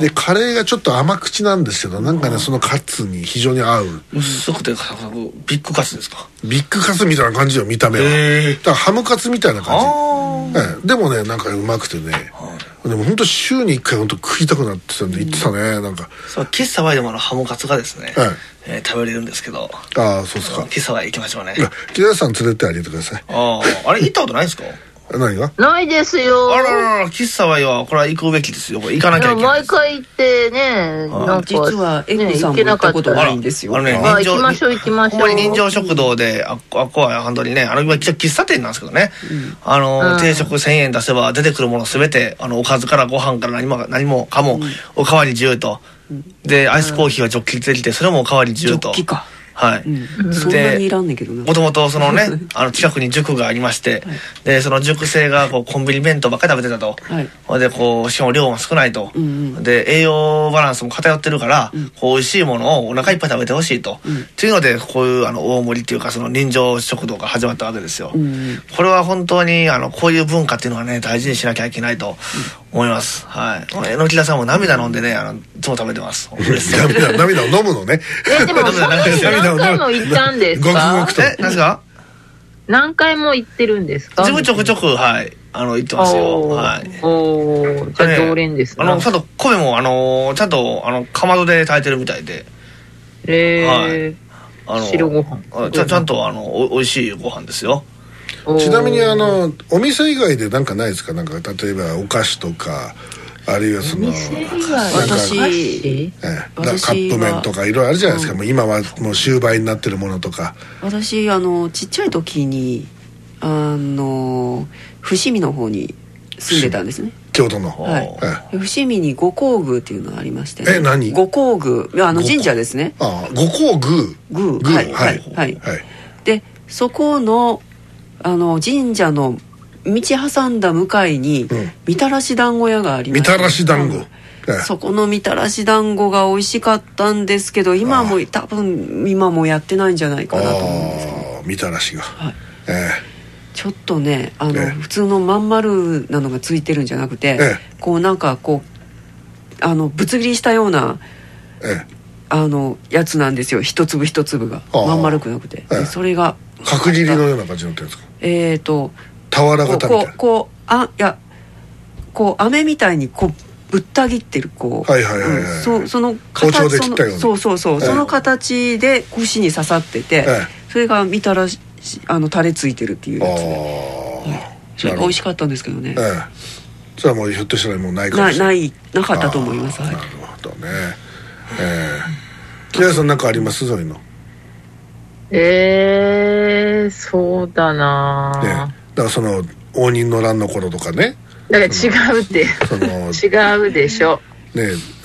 S1: でカレーがちょっと甘口なんですけどなんかねそのカツに非常に合う
S2: 薄くてサクサクビッグカツですか
S1: ビッグカツみたいな感じよ見た目は
S2: へえ
S1: だからハムカツみたいな感じ
S2: あ
S1: ええでもねなんかうまくてね、でも本当週に1回本当食いたくなってたんで行ってたね、なんか
S2: あそう喫茶ワイでもあのハムカツがですね、
S1: はい
S2: えー食べれるんですけど
S1: ああそうですか
S2: 喫茶ワイ行きましょうね
S1: 木田さん連れてあげてください
S2: あああれ行ったことないんですか
S1: 何 が
S4: ないですよ。
S2: あらららら喫茶ワイはこれは行くべきですよこれ行かなきゃい
S4: で
S2: け
S4: も
S2: ない
S4: 毎
S2: です
S4: 回行ってね、なんか。
S3: 実はエ
S4: ね
S3: ッグさんも行ったこと
S4: 行けなか
S3: な
S4: ら
S3: いんですよ、
S2: あらあのね
S4: あ
S2: 人情
S4: 行きましょう行きましょう
S2: ほんまに人情食堂であっこあっこは本当にねあの今喫茶店なんですけどね、あの、
S4: うん
S2: 定食1000円出せば出てくるもの全てあのおかずからご飯から何も何もかも、おかわり自由とでアイスコーヒーはジョッキ出てきてそれもおかわり自
S3: ジョ
S2: 由
S3: ッ
S2: と
S3: キか、
S2: はい、
S3: うん、そんなにいらんねんけどな
S2: もともとその ねあの近くに塾がありましてでその塾生がこうコンビニ弁当ばっかり食べてたと、
S3: はい
S2: ほんでこうしかも量も少ないと、
S3: うんう
S2: で栄養バランスも偏ってるから、こう美味しいものをお腹いっぱい食べてほしいと、っていうのでこういうあの大盛りっていうかその人情食堂が始まったわけですよ、
S3: うんうん
S2: これは本当にあのこういう文化っていうのはね大事にしなきゃいけないと思います、はいこの榎田さんも涙飲んでねあのいつも食べてます本当ですよ
S1: 涙涙を飲むの ね
S4: え、でも、そんなに何回も行ったんです
S1: ごくご
S4: か
S1: く
S2: え何ですか
S4: 何回も行ってるんですか
S2: 自分ちょくちょくはいあの行ってますよ
S4: おー
S2: はい
S4: おーじゃあ常連です
S2: あ
S4: ね。
S2: のちゃんと米もあのちゃんとあのかまどで炊いてるみたいで
S4: えー
S2: あの
S4: 白ご飯
S2: あちゃちゃんとあのお美味しいご飯ですよ
S4: おー
S1: ちなみにあのお店以外でなんかないですかなんか例えばお菓子とかあるいはその
S4: 店以
S1: な
S4: 外
S1: んか
S3: 私
S4: 箸
S1: ええだから
S3: 私は
S1: カップ麺とかいろいろあるじゃないですか、もう今はもう終売になってるものとか
S3: 私あのちっちゃい時にあの伏見の方に住んでたんですね
S1: 京都の方、
S3: はい
S1: ええ
S3: で伏見に五香宮っていうのがありまして、
S1: え何
S3: 五香宮あの
S1: 五香
S3: 神社ですね
S1: ああ五香具
S3: 宮
S1: 具
S3: はいはい
S1: は
S3: はいい、
S1: はい
S3: でそこのあの神社の道挟んだ向かいに、
S1: うん
S3: みたらし団子屋があり
S1: み
S3: まして
S1: たらし団子、
S3: うん
S1: ええ
S3: そこのみたらし団子が美味しかったんですけど今も多分今もやってないんじゃないかなと思うんですけど、
S1: ああみたらしが、
S3: はい、
S1: え
S3: ちょっとねあの、
S1: ええ
S3: 普通のまん丸なのがついてるんじゃなくて、
S1: ええ
S3: こうなんかこうあのぶつ切りしたような
S1: ええ
S3: あのやつなんですよ一粒一粒が
S1: ああ
S3: まん丸くなくて、
S1: ええ
S3: でそれが
S1: え角切りのような感じになってるんですか
S3: えっ、と
S1: 俵型
S3: こう
S1: みたい
S3: こうこうあいやこう飴みたいにこうぶった切ってるこう、
S1: はいはいはいはい
S3: うんそその
S1: 包丁で切ったような
S3: そのそうそうそう、
S1: ええ
S3: その形で串に刺さってて、
S1: え
S3: それが見たらしあのタレついてるっていう
S1: な
S3: やつで、
S1: あ
S3: それが美味しかったんですけどね、
S1: あ、ええそれはもうひょっとしたらもうないかも
S3: な
S1: しれない
S3: ないなかったと思いますはい
S1: なるほどねええ木原さん何かありますそういうの
S4: えー、そうだな
S1: ね
S4: ぁ
S1: だからその応仁の乱の頃とかね
S4: だから違うって。
S1: そのね
S4: 違うでしょ。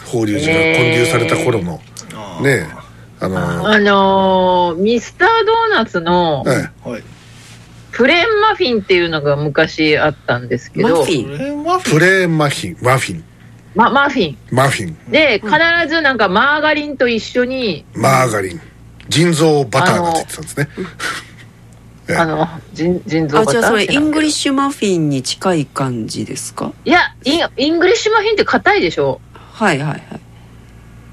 S1: 法隆寺が建立された頃の
S2: あー
S1: ねあの
S4: あのーミスタードーナツの
S1: ええ
S2: はい
S4: プレーンマフィンっていうのが昔あったんですけ
S3: マ
S4: ど、
S3: フィン
S2: えマフィ
S1: プ
S2: ン
S1: レーンマフィンマフィン
S4: まマフィン。
S1: マフィン
S4: で、必ずなんかマーガリンと一緒に、
S1: マーガリン腎臓バターがついてたんですねええ
S4: あの、腎腎臓
S3: あ
S4: 型
S3: じゃあそれイングリッ
S4: シ
S3: シュマフィンに近い感じですか
S4: ュ。いやイン、イングリッシュマフィンって硬いでしょ
S3: はいはいは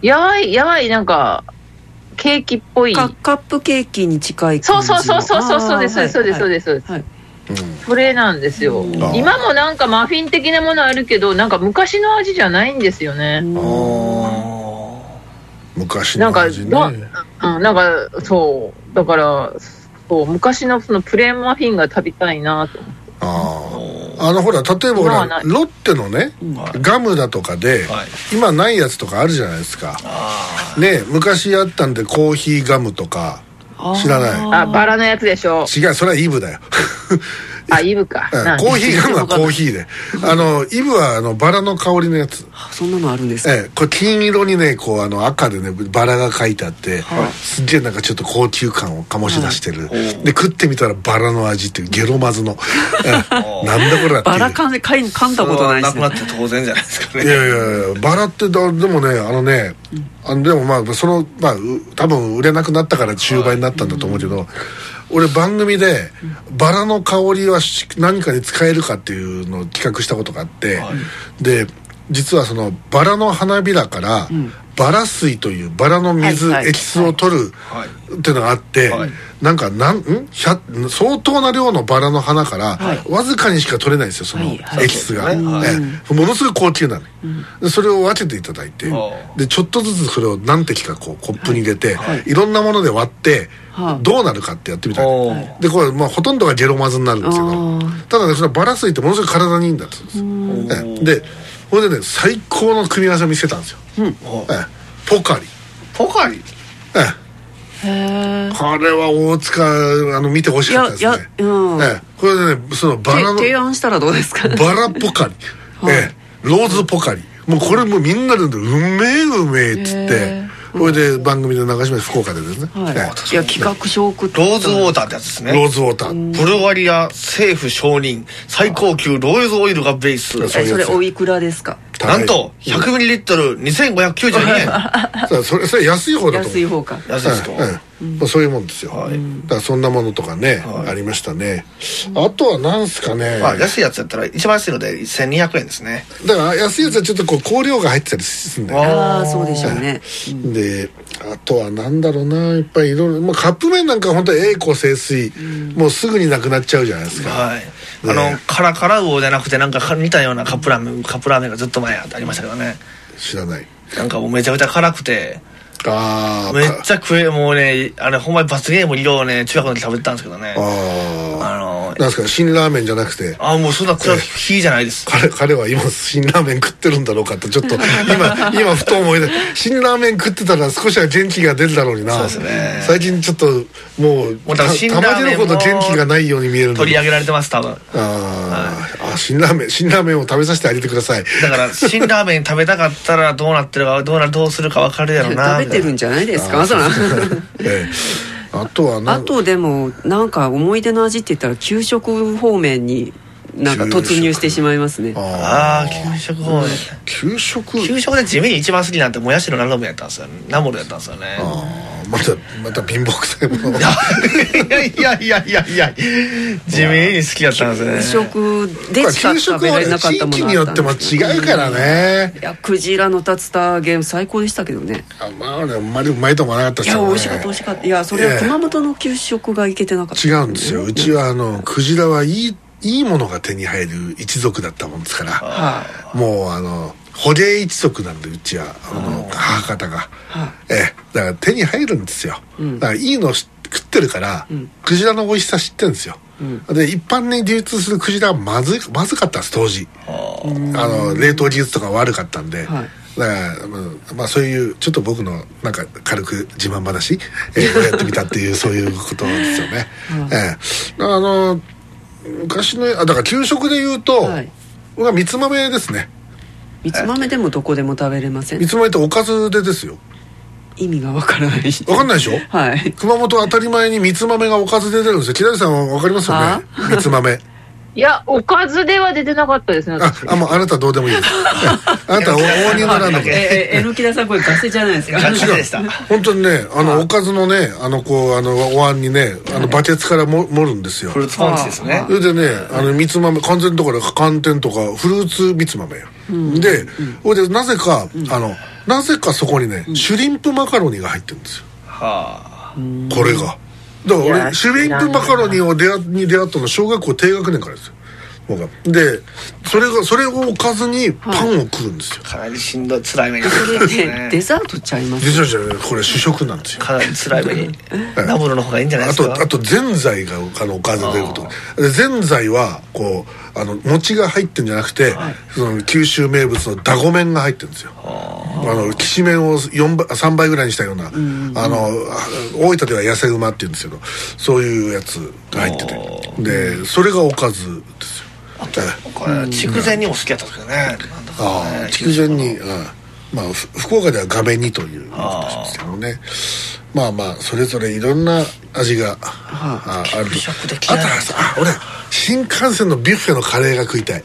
S3: い
S4: やばい、やばい、なんか、ケーキっぽい。
S3: カカップケーキに近い
S4: そ
S3: 感
S4: う
S3: じの
S4: そうそうそうそうそうです、
S3: あー
S4: そうです、そう
S3: はい
S4: です、そうです。
S3: はい
S4: それなんですよ
S1: あ。
S4: 今もなんかマフィン的なものあるけど、なんか昔の味じゃないんですよね。
S1: あー昔
S4: なん
S1: の
S4: か、
S1: 味ね
S4: どうん、なんか、そう、だから、そう、昔のそのプレーンマフィンが食べたいなと。
S1: あああのほら例えばほ
S4: 今
S1: ら
S4: はない
S1: ロッテのね
S2: はい
S1: ガムだとかで、
S2: はい
S1: 今ないやつとかあるじゃないですか
S2: あ
S1: ね昔あったんでコーヒーガムとか
S3: あー
S1: 知らない
S4: あ、バラのやつでしょ。
S1: 違うそれはイブだよ
S4: あ、イブか。
S1: うん
S4: なんか
S1: コーヒーガムはコーヒーであのイブはあのバラの香りのやつ
S3: あそんなのあるんですか、
S1: ええ、これ金色にねこうあの赤でねバラが書いてあって、すっげえなんかちょっと高級感を醸し出してる、で食ってみたらバラの味っていうゲロマズの、ええなんだこれだっていう
S3: バラ噛んで噛ん噛んだ
S2: あ
S3: ことないで
S2: な
S3: す
S2: くな
S3: ね
S2: って当然じゃないですか
S1: い
S2: ね
S1: やいやいやバラってだでもねあのね、あのでもまあそのまあう多分売れなくなったから中売になったんだと思うけど、俺番組でバラの香りはし何かに使えるかっていうのを企画したことがあって、で実はそのバラの花びらから、バラ水というバラの水、
S3: はいはい
S1: エキスを取る、
S2: はい
S1: っていうのがあって、
S2: はい
S1: なんかなんん100相当な量のバラの花から、わずかにしか取れないんですよその
S3: はいはい
S1: エキスが、
S2: そうですねはい
S1: ええものすごい高級なの、でそれを分けていただいて
S2: はあ
S1: でちょっとずつそれを何滴かこうコップに入れて、
S2: はい
S1: い、ろんなもので割って、
S3: はい
S1: どうなるかってやってみたいな
S2: おー
S1: でこれ、まあ、ほとんどがゲロマズになるんですけ
S3: あ
S1: ど
S3: ー
S1: ただねそのバラ水ってものすごい体にいいんだって言うんですよええでこれでね最高の組み合わせを見せたんですよ、
S2: お
S1: ええポカリ
S2: ポカリ
S1: ええ
S3: へえ
S1: これは大塚あの見てほしかったですね
S3: いやいやうん
S1: ええこれでねそのバラの
S3: 提案したらどうですか
S1: バラポカリ、
S3: はい
S1: ええローズポカリもうこれもうみんなで「うめえうめえ」っつって
S3: へ
S1: それで番組で流しました福岡でですね、
S3: はい、
S1: え
S3: いや企画書送って
S2: ローズウォーターってやつです
S1: え
S2: ね
S1: ローズウォーター
S2: ブルワリア政府承認最高級ローズオイルがベース
S1: そうい
S3: え
S1: うや
S3: そ
S1: つ
S3: れおいくらですか
S2: なんと 100ml2592 円
S1: だからそれそれ安い方だと思う
S3: 安い方か
S2: 安いですか
S1: ええええまあそういうもんですよ、
S2: はい
S1: だからそんなものとかね、
S2: はい
S1: ありましたねあとはなんすかね、
S2: まあ安いやつやったら一番安いので1200円ですね
S1: だから安いやつはちょっとこう香料が入ってたりするんだよね
S3: ああそうでしょうね
S1: であとはなんだろうないっぱいいろいろもうカップ麺なんか本当に栄枯盛衰、もうすぐになくなっちゃうじゃないですか、
S2: はいあ
S1: ね
S2: のカラカラ魚じゃなくてなんかか似たようなカップラーメンカップラーメンがずっと前ありましたけどね
S1: 知らない
S2: なんかもうめちゃめちゃ辛くて
S1: あー
S2: めっちゃ食えもうねあれほんまに罰ゲーム色をね中学の時食べてたんですけどね
S1: あ
S2: あの
S1: ーなんですか辛ラーメンじゃなくて
S2: あもうそんな苦いじゃないです
S1: 彼彼は今辛ラーメン食ってるんだろうかってちょっと今今ふと思い出辛ラーメン食ってたら少しは元気が出るだろうにな
S2: そうですね
S1: 最近ちょっともう
S2: もう
S1: た
S2: 多分辛ラ
S1: たま
S2: ー
S1: げ
S2: メ
S1: る
S2: ン
S1: ほ
S2: も
S1: ど元気がないように見えるんだ
S2: 取
S1: け
S2: り
S1: ど
S2: 上げられてます多分
S1: あー、あ辛ラーメン辛ラーメンを食べさせてあげてくだ さい
S2: だから辛ラーメン食べたかったらどうなってるかどうなどうするか分かるやろうな
S3: 食べてるんじゃないですかそら
S1: ええあとはな
S3: あとでもなんか思い出の味って言ったら給食方面になんか突入してしまいますね
S1: あ
S2: ああー給食方面
S1: ー給食
S2: 給食で地味に一番好きなんてもやしのナムルやったんですよナムルやったんですよね
S1: あーまたまた貧乏くさいもの
S2: いやいやいやいやいや地味に好きやったん
S3: 給
S2: ですね
S3: 食でしか
S1: 給
S3: 食
S1: 食
S3: べら
S1: はね
S3: れなかっ
S1: 地
S3: たも
S1: 域
S3: の
S1: によ
S3: あった
S1: っ
S3: ん
S1: ても
S3: ですね
S1: 違うからね
S3: いやクジラの竜田ゲーム最高でしたけどね
S1: あまあねあんまりうまいと思わなかった
S3: い
S1: ですよ
S3: や
S1: ね
S3: 美味しかった美味しかったいやそれ
S1: え
S3: は
S1: え
S3: 熊本の給食がいけてなかった
S1: 違うんですようちはあのクジラはいいいいものが手に入る一族だったもんですから
S3: は
S1: もうあの捕鯨一族なんでうちはあの母方が
S3: は
S1: ええだから手に入るんですよだからいいのし食ってるからクジラの美味しさ知ってるんですよで一般に流通するクジラはまずいまずかったんです当時あの冷凍技術とか悪かったんで、
S3: はい
S1: だからまあ、まあ、そういうちょっと僕のなんか軽く自慢話、え ーをやってみたっていうそういうことですよね、ええあの昔のあだから給食で言うと、
S3: はい
S1: 僕は三つ豆ですね
S3: みつ豆でもどこでも食べれません
S1: いつも言っておかずでですよ
S3: 意味がわからない
S1: わかんないでしょ
S3: はい
S1: 熊本当たり前にみつ豆がおかずで出るんですよ木谷さんはわかりますよねみつ 豆
S4: いや、おかずでは出てなかったですね、
S1: あ
S4: 私。
S1: あもうあなたどうでもいい ですあなたは大人ならんの
S2: ええ
S3: えええのきださんこれガセじゃないですか
S2: ガセ
S1: 違う
S2: でした
S1: 本当にねあのおかずのねあのこうあのお椀にねあのバケツからも盛るんですよ
S2: フルーツポンチですね
S1: それでねあのみつ豆完全とかで寒天とかフルーツみつ豆や、でそれでなぜか、あのなぜかそこにね、シュリンプマカロニが入ってるんですよ
S2: はあ
S1: これがだか
S4: い
S1: ら
S4: や
S1: 俺シュリンプマカロニを出会に出会ったの小学校低学年からですよ僕はでそれがそれをおかずにパンを食うんですよ、
S2: かなりしんどい辛い目に
S3: そ
S2: 遭ってた
S3: れ
S2: んです
S3: でデ
S2: ね
S3: ザートちゃいます
S1: 実はじゃあこれ主食なんですよ
S2: かなり辛い目にダブルの方がいいんじゃない
S1: あ
S2: ですか
S1: とあとぜんざいがあのおかずで出ることでぜんざいはこうあの餅が入ってんじゃなくて、その九州名物のだご麺が入ってるんですよあのきしめんを4倍3倍ぐらいにしたような、あのあ大分では痩せ馬って言うんですけどそういうやつが入っててでそれがおかずですよ
S2: これ筑前にも好きやったんですけどねなんだか
S1: あ
S2: ね
S1: あ筑前に、うんまあ、ふ福岡では画面にということですけどねまあまあそれぞれいろんな味があある
S2: 給食で
S1: あと
S2: 嫌いな
S1: はさあ俺新幹線のビュッフェのカレーが食いたい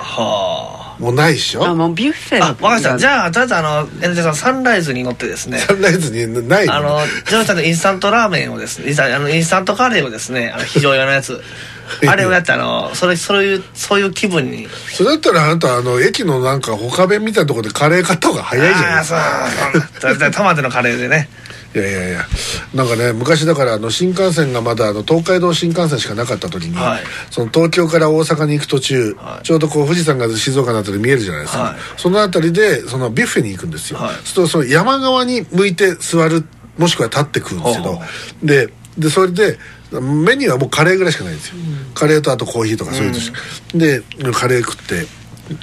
S2: は
S1: もうないでしょ
S3: あもうビュッフェ
S2: ああわかりましたじ
S3: ゃ
S2: ゃあとりあえずあのエンジェルさんサンライズに乗ってですね
S1: サンライズにない
S2: あの、ジョーちゃんのインスタントラーメンをですね、インスタあのインスタントカレーをですね、あの、非常用のやつ。あれをやって、あの、それ、そういう、そういう気分に。
S1: それだったらあなたあの駅のなんか他弁みたいなところでカレー買った方が早いじゃない
S2: あ
S1: で
S2: あ、
S1: す
S2: そ
S1: か
S2: うそう。だトマトのカレーでね。
S1: いやいやいやなんかね昔だからあの新幹線がまだあの東海道新幹線しかなかった時に、
S2: はい
S1: その東京から大阪に行く途中、
S2: はい
S1: ちょうどこう富士山が静岡のあたり見えるじゃないですか、
S2: はい
S1: そのあたりでそのビュッフェに行くんですよ、
S2: はい
S1: そうするとその山側に向いて座るもしくは立って食うんですけ
S2: ほう
S1: ど
S2: ほ
S1: ででそれでメニューはもうカレーぐらいしかないんですよ、カレーとあとコーヒーとかそういうのしか、でカレー食って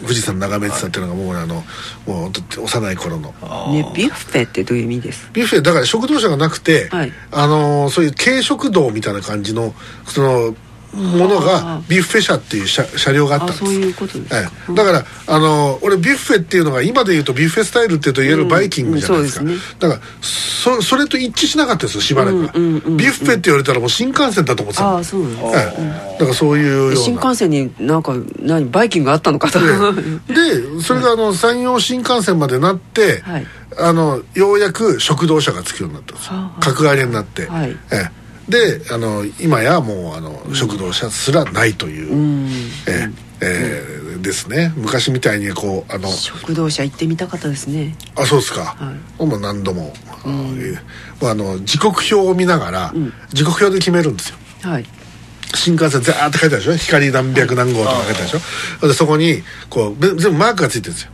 S1: 富士山眺めてたっていうのがもうあのもう幼い頃の
S3: あねビュッフェってどういう意味です
S1: ビュッフェだから食堂車がなくて、
S3: はい
S1: あのーそういう軽食堂みたいな感じのそのものが
S3: あ
S1: ビュッフェ車っていう車車両があったん
S3: あ
S1: です
S3: そういうことですか、
S1: ええだから、あのー俺ビュッフェっていうのが今で言うとビュッフェスタイルっていうといわゆるバイキングじゃないですか、
S3: うんうんそうです
S1: だからそそれと一致しなかったですよしばらくは、
S3: うんうんうんうん
S1: ビュッフェって言われたらもう新幹線だと思ってた
S3: あ
S1: もん
S3: あそうなんです
S1: ええだからそういうような
S3: 新幹線になんか何バイキングあったのかと、
S1: でそれがあの山陽新幹線までなって、
S3: はい
S1: あのようやく食堂車がつくようになったんですよ
S3: はあはあ
S1: 角上げになって、
S3: はい
S1: ええであの今やもうあの食堂車すらないという、
S3: うん
S1: ええええですね昔みたいにこうあの
S3: 食堂車行ってみたかったですね
S1: あそうですか、
S3: は
S1: もう何度も、ええまああの時刻表を見ながら、
S3: ん
S1: 時刻表で決めるんですよ
S3: はい
S1: 新幹線ザーって書いてあるでしょ光何百何号とか書いてあるでしょでそこにこうべ全部マークがついてるんですよ、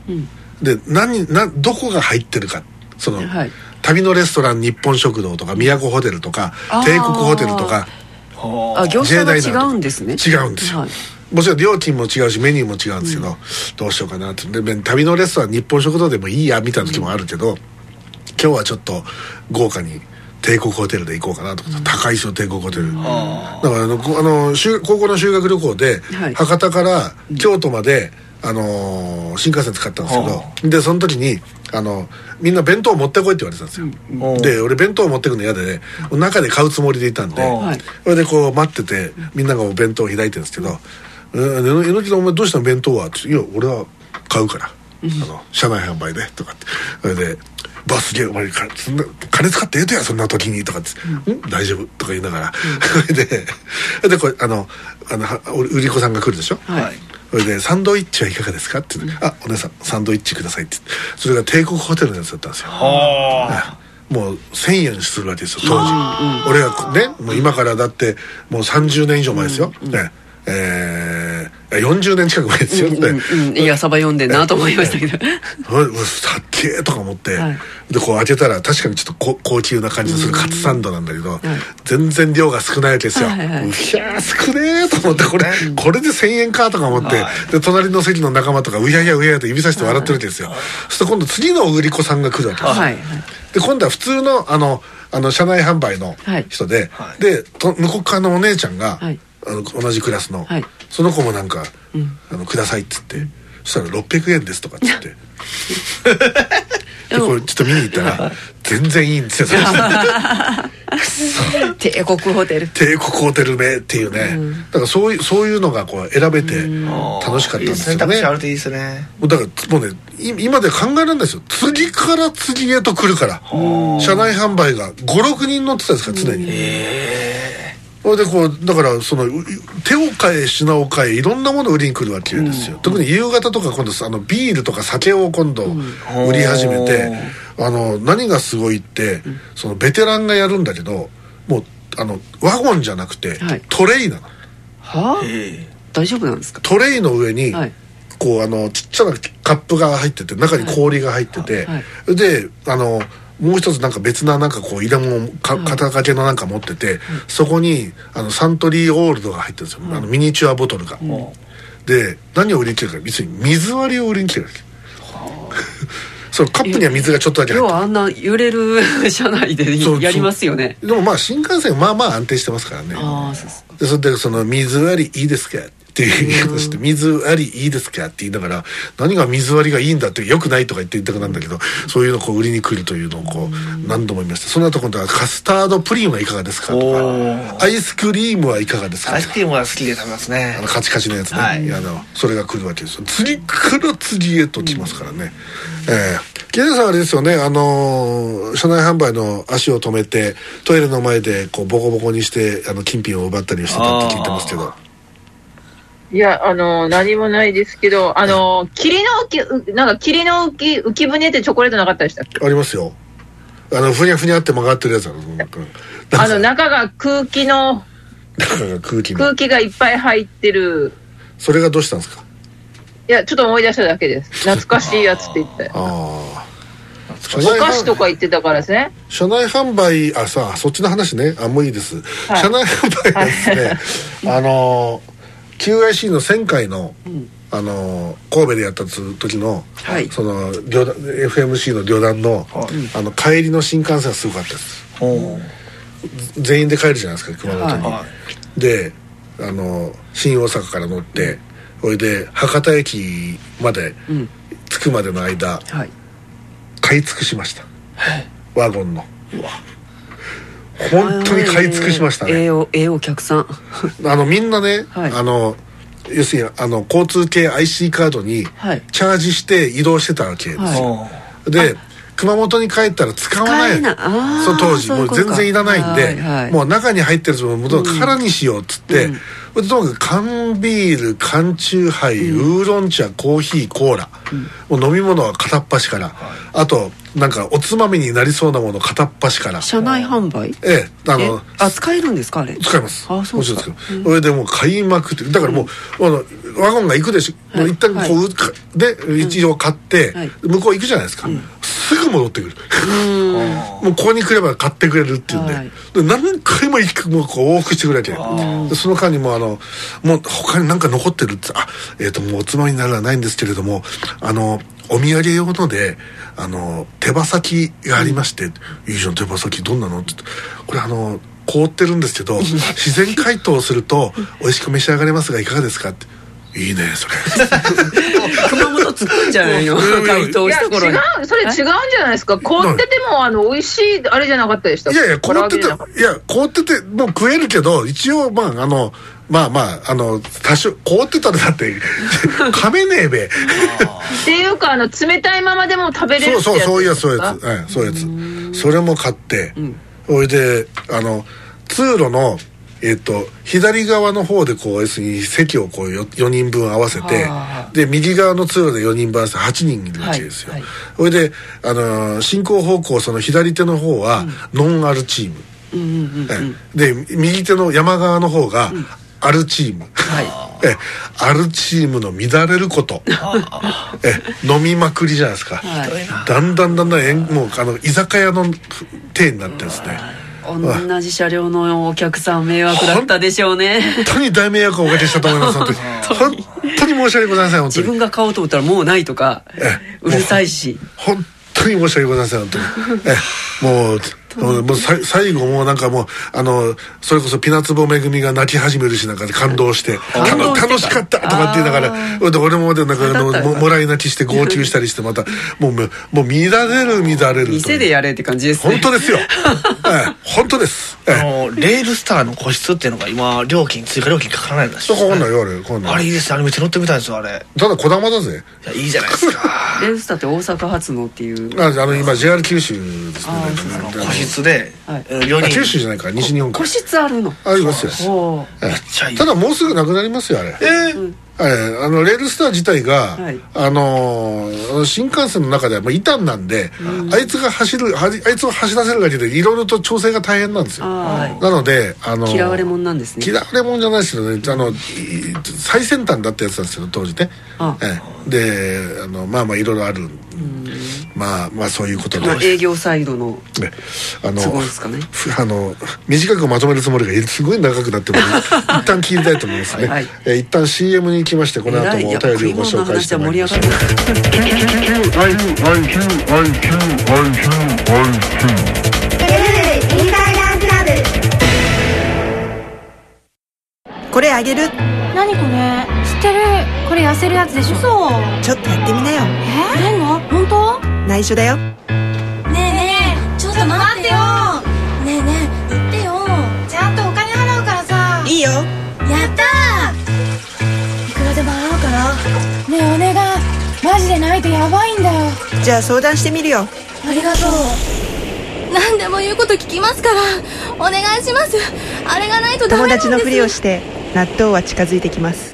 S1: で何何どこが入ってるかその、
S3: はい
S1: 旅のレストラン日本食堂とか都ホテルとか
S3: あー
S1: 帝国ホテルとか
S2: ほ
S3: あ業者が
S1: 大
S3: 違うんですね
S1: 違うんですよ、
S3: はい
S1: もちろん料金も違うしメニューも違うんですけど、どうしようかなってでべ旅のレストラン日本食堂でもいいやみたいな時もあるけど、今日はちょっと豪華に帝国ホテルで行こうかなと思った、高いですよ帝国ホテル、だからあのこあの修高校の修学旅行で、
S3: はい
S1: 博多から京都まで、あのー新幹線使ったんです
S2: は
S1: けどでその時にあのみんな弁当持ってこいって言われてたんですよ、
S2: うん
S1: で俺弁当持ってくの嫌でね中で買うつもりでいたんで、
S2: うん
S3: はい
S1: それでこう待っててみんながお弁当を開いてるんですけど「うんえのきさんお前どうしたの弁当は?」って「いや俺は買うからあの車内販売で」とかってそれで「バスゲーお前かそんな金使ってええとやそんな時に」とかって「うん大丈夫」とか言いながら それでそれでこうあのあのは売り子さんが来るでしょ
S2: うはい。
S1: それで「サンドイッチはいかがですか?」って言ってあお姉さんサンドイッチください」って言ってそれが帝国ホテルのやつだったんですよ
S2: ほう
S1: もう1000円するわけですよ当時、俺がこねもう今からだってもう30年以上前ですよ、ねえー、40年近く前ですよ、ね
S3: うんうんいやサバ読んでんなと思いましたけど
S1: うわうわさっけーとか思って、
S3: はい
S1: でこう開けたら確かにちょっとこ高級な感じのするカツサンドなんだけど、全然量が少ないわけですよ、
S3: はいはいはいう
S1: ひゃー少ねーと思ってこれこれで1000円かとか思って、で隣の席の仲間とかうやいやうやいやと指さして笑ってるわけですよ、そして今度次の売り子さんが来るわけですよ、
S3: はいはい
S1: で今度は普通のあのあの車内販売の
S3: はい
S1: 人で、
S2: はい
S1: でと向こう側のお姉ちゃんが、
S3: はい
S1: あの同じクラスの、
S3: はい
S1: その子もなんか、あの「ください」っつってそしたら600円ですとかっつってで
S3: でも
S1: これちょっと見に行ったら全然いいんですよ それ
S3: 帝国ホテル
S1: 帝国ホテル名っていうね、だからそういうそういうのがこう選べて楽しかったん
S2: いい
S1: で
S2: ですすね
S1: よ
S2: 選択
S1: ね
S2: 肢あるといいですね
S1: もうだからもうねい今では考えられないですよ次から次へと来るから車内販売が56人乗ってたんですから常にそれでこうだからそのう手を変え品を変えいろんなものを売りに来るわけですよ、特に夕方とか今度あのビールとか酒を今度売り始めて、あの何がすごいってそのベテランがやるんだけどもうあのワゴンじゃなくて、
S3: はい
S1: トレイなの
S3: はあ
S2: え
S3: 大丈夫なんですか
S1: トレイの上に、
S3: はい
S1: こうあのちっちゃなカップが入ってて中に氷が入ってて、
S3: はい
S1: であのもう一つなんか別ななんかこう入れ物をか肩掛けのなんか持ってて、そこにあのサントリーオールドが入ってるんですよ、あのミニチュアボトルが、で何を売りに来てるか別に水割りを売りに来てるわけ そのカップには水がちょっとだけ入
S3: 要
S1: ってる
S3: はあんな揺れる 車内で
S1: そう
S3: やりますよね
S1: でもまあ新幹線はまあまあ安定してますからね
S3: ああそうですか
S1: でそれでその「水割りいいですか?」っていう言い方して「水割りいいですか?」って言いながら何が水割りがいいんだってよくないとか言って言いたくなるんだけどそういうのをこう売りに来るというのをこう何度も見ましたその後今度は「カスタードプリンはいかがですか?」と
S2: お
S1: か「アイスクリームはいかがです
S2: ア
S1: か?」
S2: イ
S1: と
S2: ス
S1: か
S2: クリームは好きで食べますね
S1: あのカチカチのやつね、
S2: はい
S1: いやあのそれが来るわけですよ次から次へと来ますからね、ええ木下さんはあれですよねあのー車内販売の足を止めてトイレの前でこうボコボコにしてあの金品を奪ったりしてたって聞いてますけど
S4: いや、あの、何もないですけど、あの、霧の浮き、うなんか霧の浮き、浮き舟ってチョコレートなかったでしたっけ
S1: ありますよあのふにゃふにゃって曲がってるやつあるなんか
S4: あの、中が空気の、
S1: 中が空気の
S4: 空気がいっぱい入ってる。
S1: それがどうしたんですか
S4: いや、ちょっと思い出しただけです。懐かしいやつって言って。
S1: ああ
S4: お菓子とか言ってたからですね。
S1: 車内販売あさあそっちの話ねあもういいです、
S4: はい
S1: 車内販売はですね、 あの QIC の1000回の、あの神戸でやったつ時の、
S3: はい
S1: その旅団 FMC の旅団の,、あの帰りの新幹線がすごかったです
S2: お
S1: 全員で帰るじゃないですか熊本に、
S3: は
S2: は
S1: であの新大阪から乗ってそれで博多駅まで
S3: うん
S1: 着くまでの間
S3: はい
S1: 買い尽くしましたワゴンの本当に買い尽くしました
S3: えええ
S1: ね
S3: えおええお客さん
S1: あのみんなね、
S3: はい
S1: あの要するにあの交通系 IC カードに
S3: はい
S1: チャージして移動してたわけですよ、
S3: はい
S2: お
S1: で熊本に帰ったら使わない
S3: 使えないあー
S1: その当時
S3: そういう
S1: も
S3: こ
S1: う
S3: とか
S1: 全然いらないんで
S3: はいはい
S1: もう中に入ってるものを空にしようっつって、でとにかく缶ビール缶チューハイ、ウーロン茶コーヒーコーラ、もう飲み物は片っ端から、あとなんかおつまみになりそうなもの片っ端から
S3: 車内販売
S1: ええあ
S3: え
S1: の
S3: あ使えるんですかあれ
S1: 使います
S3: あそう
S1: も
S3: で
S1: ち
S3: す
S1: ろん
S3: か
S1: 使います、それでもう買いまくってだからもう、あのワゴンが行くでしょ、
S3: はい
S1: もう一旦こう、かで一応買って、
S3: はい
S1: 向こう行くじゃないですか、すぐ戻ってくるもうここに来れば買ってくれるっていうんで,、
S3: はい
S1: で何回も行くもうこう往復してくれてでその間にもうあのもう他に何か残ってるってあえっ、ともうおつまみにならないんですけれどもあのお土産用のであの手羽先がありまして「いいじゃん手羽先どんなの?」って言ってこれあの凍ってるんですけ ど自然解凍すると美味しく召し上がれますがいかがですか?」って「いいねそれ」
S3: 熊本突っ込んじゃないの回答
S4: い
S3: し
S4: や、違
S3: た頃に
S4: う、それ違うんじゃないですか。凍ってても、あの、美味しい、あれじゃなかったでしたっ
S1: い
S4: け
S1: やいや、
S4: 唐
S1: 凍
S4: 揚
S1: っ
S4: げ
S1: てて、
S4: じゃ
S1: い
S4: なかっ
S1: や、凍ってて、もう食えるけど、一応、まあ、あの、まあまあ、あの、多少、凍ってたらだ って、噛めねえべ。
S4: たっていうか、あの、冷たいままでも食べれる
S1: そうそう、そういうやつ、そういう
S4: です
S1: や
S4: か
S1: つ。はい、そういうやつ。それも買って、それで、あの、通路の、えっと、左側の方でこう要するに席をこう4人分合わせて
S3: は
S1: で右側の通路で4人分合わせて8人いるわけですよ、
S3: はいはい
S1: それで、あのー進行方向その左手の方はノンアルチーム、
S3: うんうんうん
S1: で右手の山側の方がアルチーム、
S3: は
S1: えアルチームの乱れることえ飲みまくりじゃないですか、
S3: はい
S1: だんだんだんだんえんもうあの居酒屋の体になってですね
S3: い同じ車両のお客さん迷惑だったでしょうね
S1: 本当に大迷惑をおかけしたと思います本当に本当に申し訳ございません本当
S3: 自分
S1: に
S3: が買おうと思ったらもうないとか
S1: え
S3: うるさいし
S1: 本当に申し訳ございません本当にえもうもうもうさ最後もうなんかもうあのそれこそピナツボめぐみが泣き始めるしなんかで感動して「
S3: 感動
S1: 楽楽し
S3: してた
S1: かった!」とかって言いながらで俺もでなんかあの
S3: だった
S1: ももらい泣きして号泣したりしてまたもうもうもう乱れる乱れると
S3: 店
S1: い
S3: で
S1: う
S3: やれって感じですね
S1: 本当ですよええ本当ですええ
S2: あのレールスターの個室っていうのが今料金追加料金かからないんだし
S1: そこ来んないよあれ来んない
S2: あれいいですねあれめっちゃ乗ってみたいんですよあれ
S1: ただこだまだぜ
S2: いやいいじゃないですか
S3: レースだって大阪発のっていう
S1: ああの今 JR 九州ですね
S3: あー
S2: あの個室で
S3: はい
S2: 4
S1: あ
S2: 人
S1: 九州じゃないから西日本か
S3: 個室あるの
S1: ありますよ
S3: お
S1: え
S3: ー
S2: めっちゃい
S1: え
S2: い
S1: ただもうすぐなくなりますよあれ
S2: えー
S1: ええあのレールスター自体が、
S3: はい
S1: あのー新幹線の中ではまあ異端なんで、あいつが走るはじあいつを走らせるだけでいろいろと調整が大変なんですよ
S3: あ
S1: なので、あの
S3: あ
S1: ー
S3: 嫌われ者なんですね
S1: 嫌われ者じゃないですけどねあのい最先端だったやつなんですよ当時ね
S3: あ
S1: ええであのまあまあいろいろあるまあまあそういうことで、
S3: まあ営業サイドの
S1: ねあの
S3: 都合ですかね
S1: ふあの短くまとめるつもりがすごい長くなって も一旦切りたいと思いますね、
S3: はい
S1: えー一旦 CM に行きましてこの後
S3: 偉い
S1: もお
S3: いや
S1: 便
S3: 食
S1: りを
S3: い
S1: ご
S3: 物
S1: 紹
S3: の
S1: 介し
S3: 話
S1: て
S3: は
S1: ま
S3: 盛
S1: いり
S3: り上
S1: ま
S3: が
S1: す
S3: る
S5: インサイダークラブ
S6: これあげる
S7: 何これ知ってるこれ痩せるやつでしょそう
S6: ちょっとやってみなよ
S7: え何が本当
S6: 内緒だよ
S7: ねえねえちょっと待ってよねえねえ言ってよちゃんとお金払うからさ
S6: いいよ
S7: やったーいくらでも払うからねえお願いマジでないとやばいんだよ
S6: じゃあ相談してみるよ
S7: ありがとう何でも言うこと聞きますからお願いしますあれがないとダ
S6: 友
S7: メなんです
S6: 達のふりをして納豆は近づいてきます